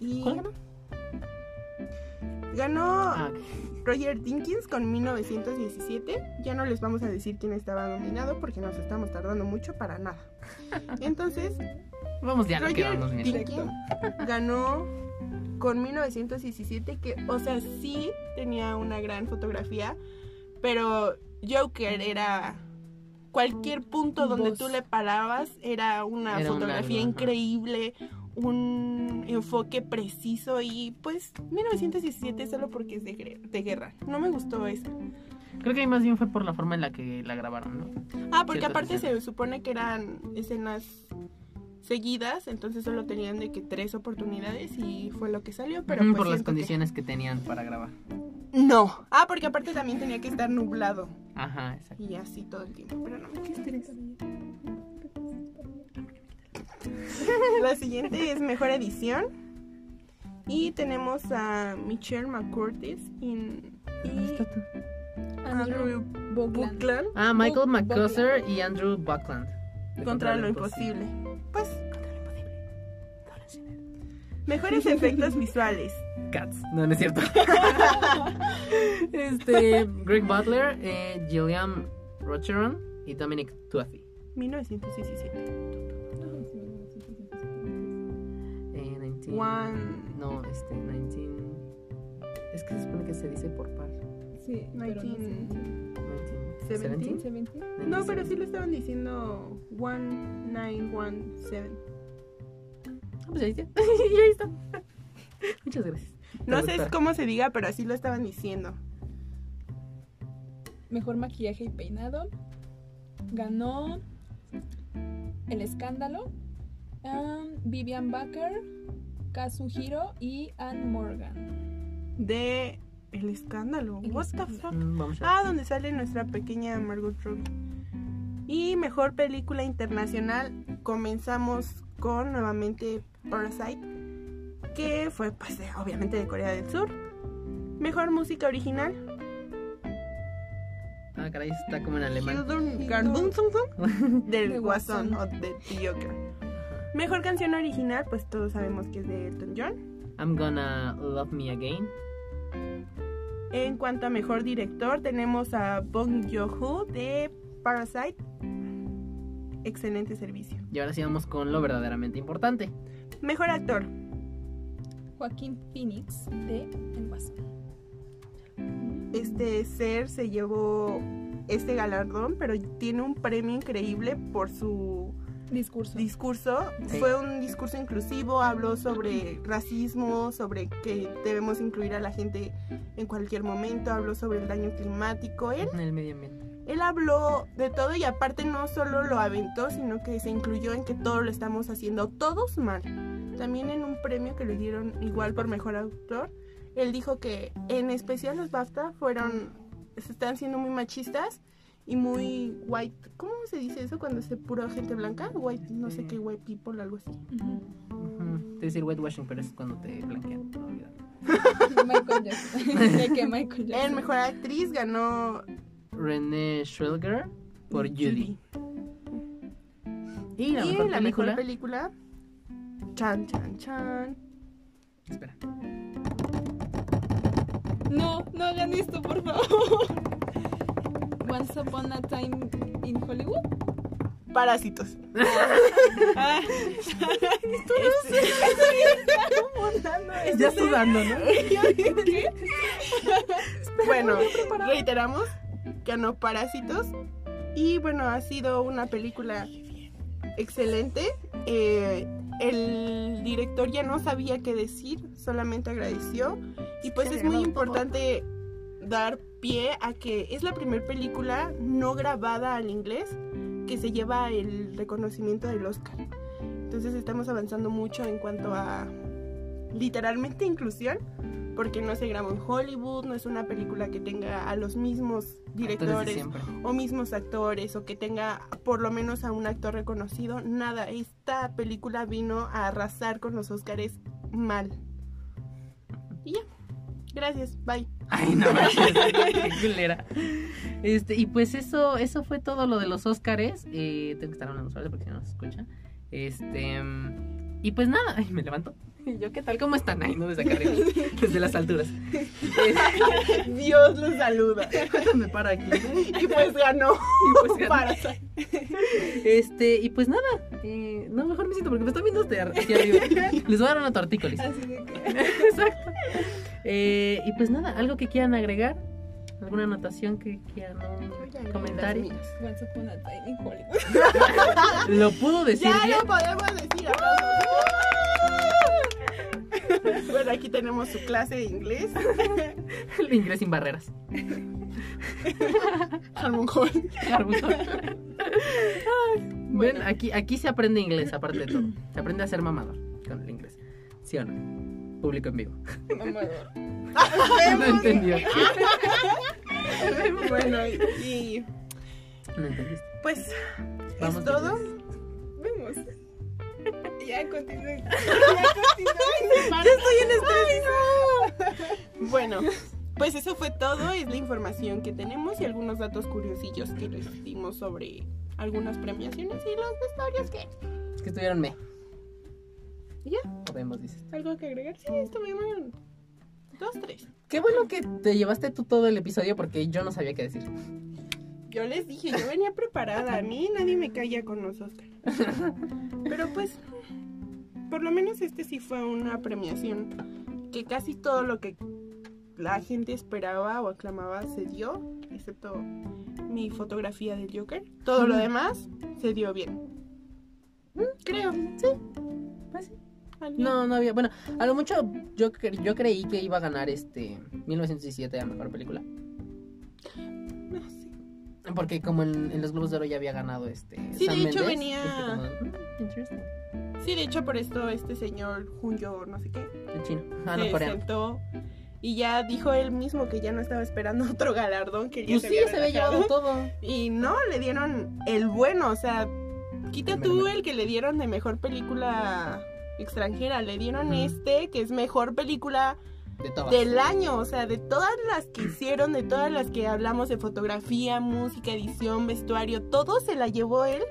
Y
¿Cuál ganó?
ganó
Ah,
Roger Dinkins con 1917. Ya no les vamos a decir quién estaba nominado porque nos estamos tardando mucho para nada. Entonces,
vamos ya, lo que
Roger
vamos bien.
Dinkins ganó con 1917, que, o sea, sí tenía una gran fotografía, pero Joker era. Cualquier punto donde
Voz.
tú le parabas era una
Era un
fotografía
algo, ajá.
increíble, un enfoque preciso y pues 1917 solo porque es de, gre- de guerra. No me gustó esa.
Creo que ahí más bien fue por la forma en la que la grabaron, ¿no?
Ah, porque
Ciertas
aparte se
escenas.
supone que eran escenas seguidas, entonces solo tenían de que tres oportunidades y fue lo que salió, pero
Ujú,
pues
Mm, por las
siento que-
condiciones que... tenían para grabar.
No. Ah, porque aparte también tenía que estar nublado
Ajá, exacto.
y así todo el tiempo, pero no. ¿Qué
Ah,
La siguiente es mejor edición y tenemos a Michelle McCurtis y
Ah,
Andrew
Bogland.
Buckland
Ah, Michael
Bu-
McCusser y Andrew Buckland. De
contra lo imposible. Pues
imposible.
mejores efectos visuales.
Cats. No, no es cierto. este, Greg Butler, eh, Gillian Rocheron y Dominic Tuathy.
1917.
Eh, 19...
One.
No, este, 19... Es que se supone que se dice por par.
Sí, pero no sé.
19.
19...
Seventeen.
17.
No, pero sí lo estaban diciendo 1917.
Ah, pues ahí está. Ya está. Muchas gracias.
No sé
Traductora.
cómo se diga, pero así lo estaban diciendo.
Mejor maquillaje y peinado. Ganó El Escándalo. um, Vivian Baker, Kazuhiro y Anne Morgan.
De El Escándalo.
El
What the fuck?
Escándalo.
Mm, vamos a
Ah, donde sale nuestra pequeña Margot Robbie. Y mejor película internacional, comenzamos con nuevamente Parasite, que fue pues de- obviamente de Corea del Sur. Mejor música original,
Ah, caray, está como en alemán.
Hildur Garðinsson, del
De
Guasón
Guasón.
o de The Joker. Mejor canción original, pues todos sabemos que es de Elton John.
I'm gonna love me again.
En cuanto a mejor director, tenemos a Bong Joon-ho de Parasite. Excelente servicio.
Y ahora sí vamos con lo verdaderamente importante.
Mejor actor,
Joaquín Phoenix de El Guasón.
este ser se llevó este galardón, pero tiene un premio increíble por su
Discurso.
discurso.
Sí.
Fue un discurso inclusivo, habló sobre racismo, sobre que debemos incluir a la gente en cualquier momento, habló sobre el daño climático. Él,
En el medio ambiente.
él habló de todo y aparte no solo lo aventó, sino que se incluyó en que todo lo estamos haciendo todos mal. También en un premio que le dieron igual por mejor autor, él dijo que en especial los BAFTA fueron, se están siendo muy machistas y muy white, ¿cómo se dice eso cuando es de pura gente blanca? White, no sé qué, white people, algo así.
Ujú.
Ujú. Te decir whitewashing, pero eso es cuando te blanquean. no olvidar.
Michael Jackson. de que Michael
En
Jackson.
mejor actriz ganó
René Schwelger por Judy. Y la
y
mejor
la
película.
mejor película, Chan Chan Chan,
Espera.
No, no hagan esto, por favor. Once Upon a Time in Hollywood.
Parásitos.
Ah,
Ya sudando, ¿no?
Bueno, reiteramos, ganó Parásitos. Y bueno, ha sido una película excelente. Eh, el director ya no sabía qué decir, solamente agradeció. Y pues es muy importante dar pie a que es la primera película no grabada al inglés que se lleva el reconocimiento del Oscar. Entonces estamos avanzando mucho en cuanto a literalmente inclusión, porque no se grabó en Hollywood, no es una película que tenga a los mismos
Actores de
directores
siempre.
o mismos actores o que tenga por lo menos a un actor reconocido, nada, esta película vino a arrasar con los Óscares mal. Y ya. Gracias, bye.
Ay, no manches, qué culera. Este, y pues eso, eso fue todo lo de los Óscares. Eh, tengo que estar hablando suave porque si no se escucha. Este. mm, Y pues nada, ay, me levanto. Y yo, ¿qué tal? ¿Cómo están? Ay, no, desde acá arriba, desde las alturas. Eh,
Dios los saluda.
me paro aquí.
Y pues ganó.
Y pues, ya-
Parasite.
este, y pues nada. eh, no, mejor me siento porque me están viendo desde ar- aquí arriba. Les voy a dar una tortícolis.
así de que.
Exacto. Eh, y pues nada, algo que quieran agregar, alguna anotación que quieran un comentario.
Once Upon a Time in Hollywood.
Lo pudo decir
Ya
bien.
lo podemos decir. aplausos. Bueno, aquí tenemos su clase de inglés.
El inglés sin barreras.
A lo mejor.
Arbutón. Ven, aquí, aquí se aprende inglés, aparte de todo. Se aprende a ser mamador con el inglés. ¿Sí o no? Público en vivo.
Mamador.
No entendió.
Bueno, y
No entendiste.
pues
Vamos,
es todo.
Vemos. Ya continúen.
Ya estoy en este estrés. Bueno, pues eso fue todo. Es la información que tenemos y algunos datos curiosillos que les dimos sobre algunas premiaciones y las historias que...
Es que estuvieron me.
Y ya.
Podemos, dices.
¿Algo que agregar? Sí, estuvieron dos, tres.
Qué bueno que te llevaste tú todo el episodio porque yo no sabía qué decir.
Yo les dije, yo venía preparada. A mí nadie me calla con los Oscars. Pero pues, por lo menos este sí fue una premiación que casi todo lo que la gente esperaba o aclamaba se dio, excepto mi fotografía del Joker. Todo lo demás se dio bien. Creo. Sí.
Pues sí.
¿Alguien?
No, no había. Bueno, a lo mucho yo, cre- yo creí que iba a ganar este 1917 a mejor película.
No sé.
Porque como en, en los Globos de Oro ya había ganado este.
Sí,
Sam
de hecho
Mendes,
venía-
fue como, "Mm, interesting".
Sí, de hecho, por esto este señor Junyo, no sé qué,
El chino. Ah, no,
se
coreano.
sentó y ya dijo él mismo que ya no estaba esperando otro galardón, que ya
Pues
se
sí,
había
ya se había
relajado.
llevado todo.
Y no, le dieron el bueno, o sea, quita
El
tú
mejor.
el que le dieron de mejor película extranjera, le dieron
Ujú.
este que es mejor película
De todas.
del año, o sea, de todas las que hicieron, de todas las que hablamos de fotografía, música, edición, vestuario, todo se la llevó él.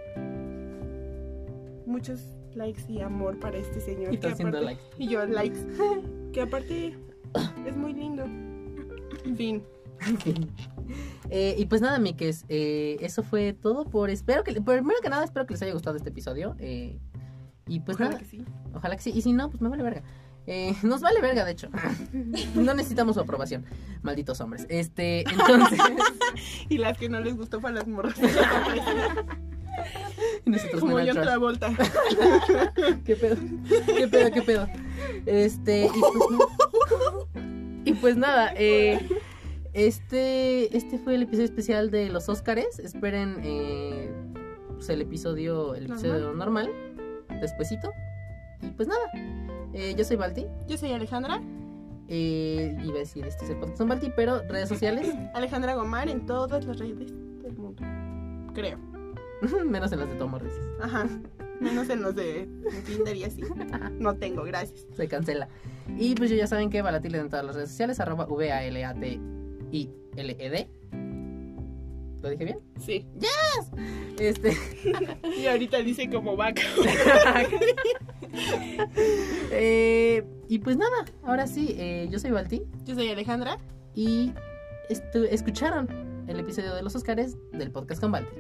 Muchos likes y amor para este señor.
Y tú
que
haciendo
aparte-
likes.
Y yo likes. que aparte es muy lindo. Fin.
Eh, y pues nada, Mikes, eh, eso fue todo por. Espero que. Primero que nada, espero que les haya gustado este episodio. eh, y pues
Ojalá
nada,
que sí.
ojalá que sí. Y si no, pues me vale verga. Eh, nos vale verga, de hecho. No necesitamos su aprobación. Malditos hombres. Este, entonces.
Y las que no les gustó fue a las morras.
nosotros
Como
no era
yo en
trash.
Travolta.
¿Qué pedo? ¿Qué pedo? ¿Qué pedo? Este, y pues, no- y pues nada, eh, este, este fue el episodio especial de los Óscares. Esperen eh, pues, el episodio, el episodio normal, despuesito. Y pues nada, eh, yo soy Balti.
Yo soy Alejandra,
eh, iba a decir, este es el podcast con Balti, pero redes sociales,
Alejandra Gomar en todas las redes del mundo. Creo.
menos en las de Tomo Reyes.
Ajá. Menos en los de Tinder y así. No tengo, gracias.
Se cancela. Y pues ya saben que Balatil en todas las redes sociales, arroba V-A-L-A-T-I-L-E-D. E ¿Lo dije bien?
Sí.
Este.
Y ahorita dice como vaca.
Eh, y pues nada, ahora sí, eh, yo soy Balti
Yo soy Alejandra.
y estu- escucharon el episodio de los Oscars del podcast con Balti.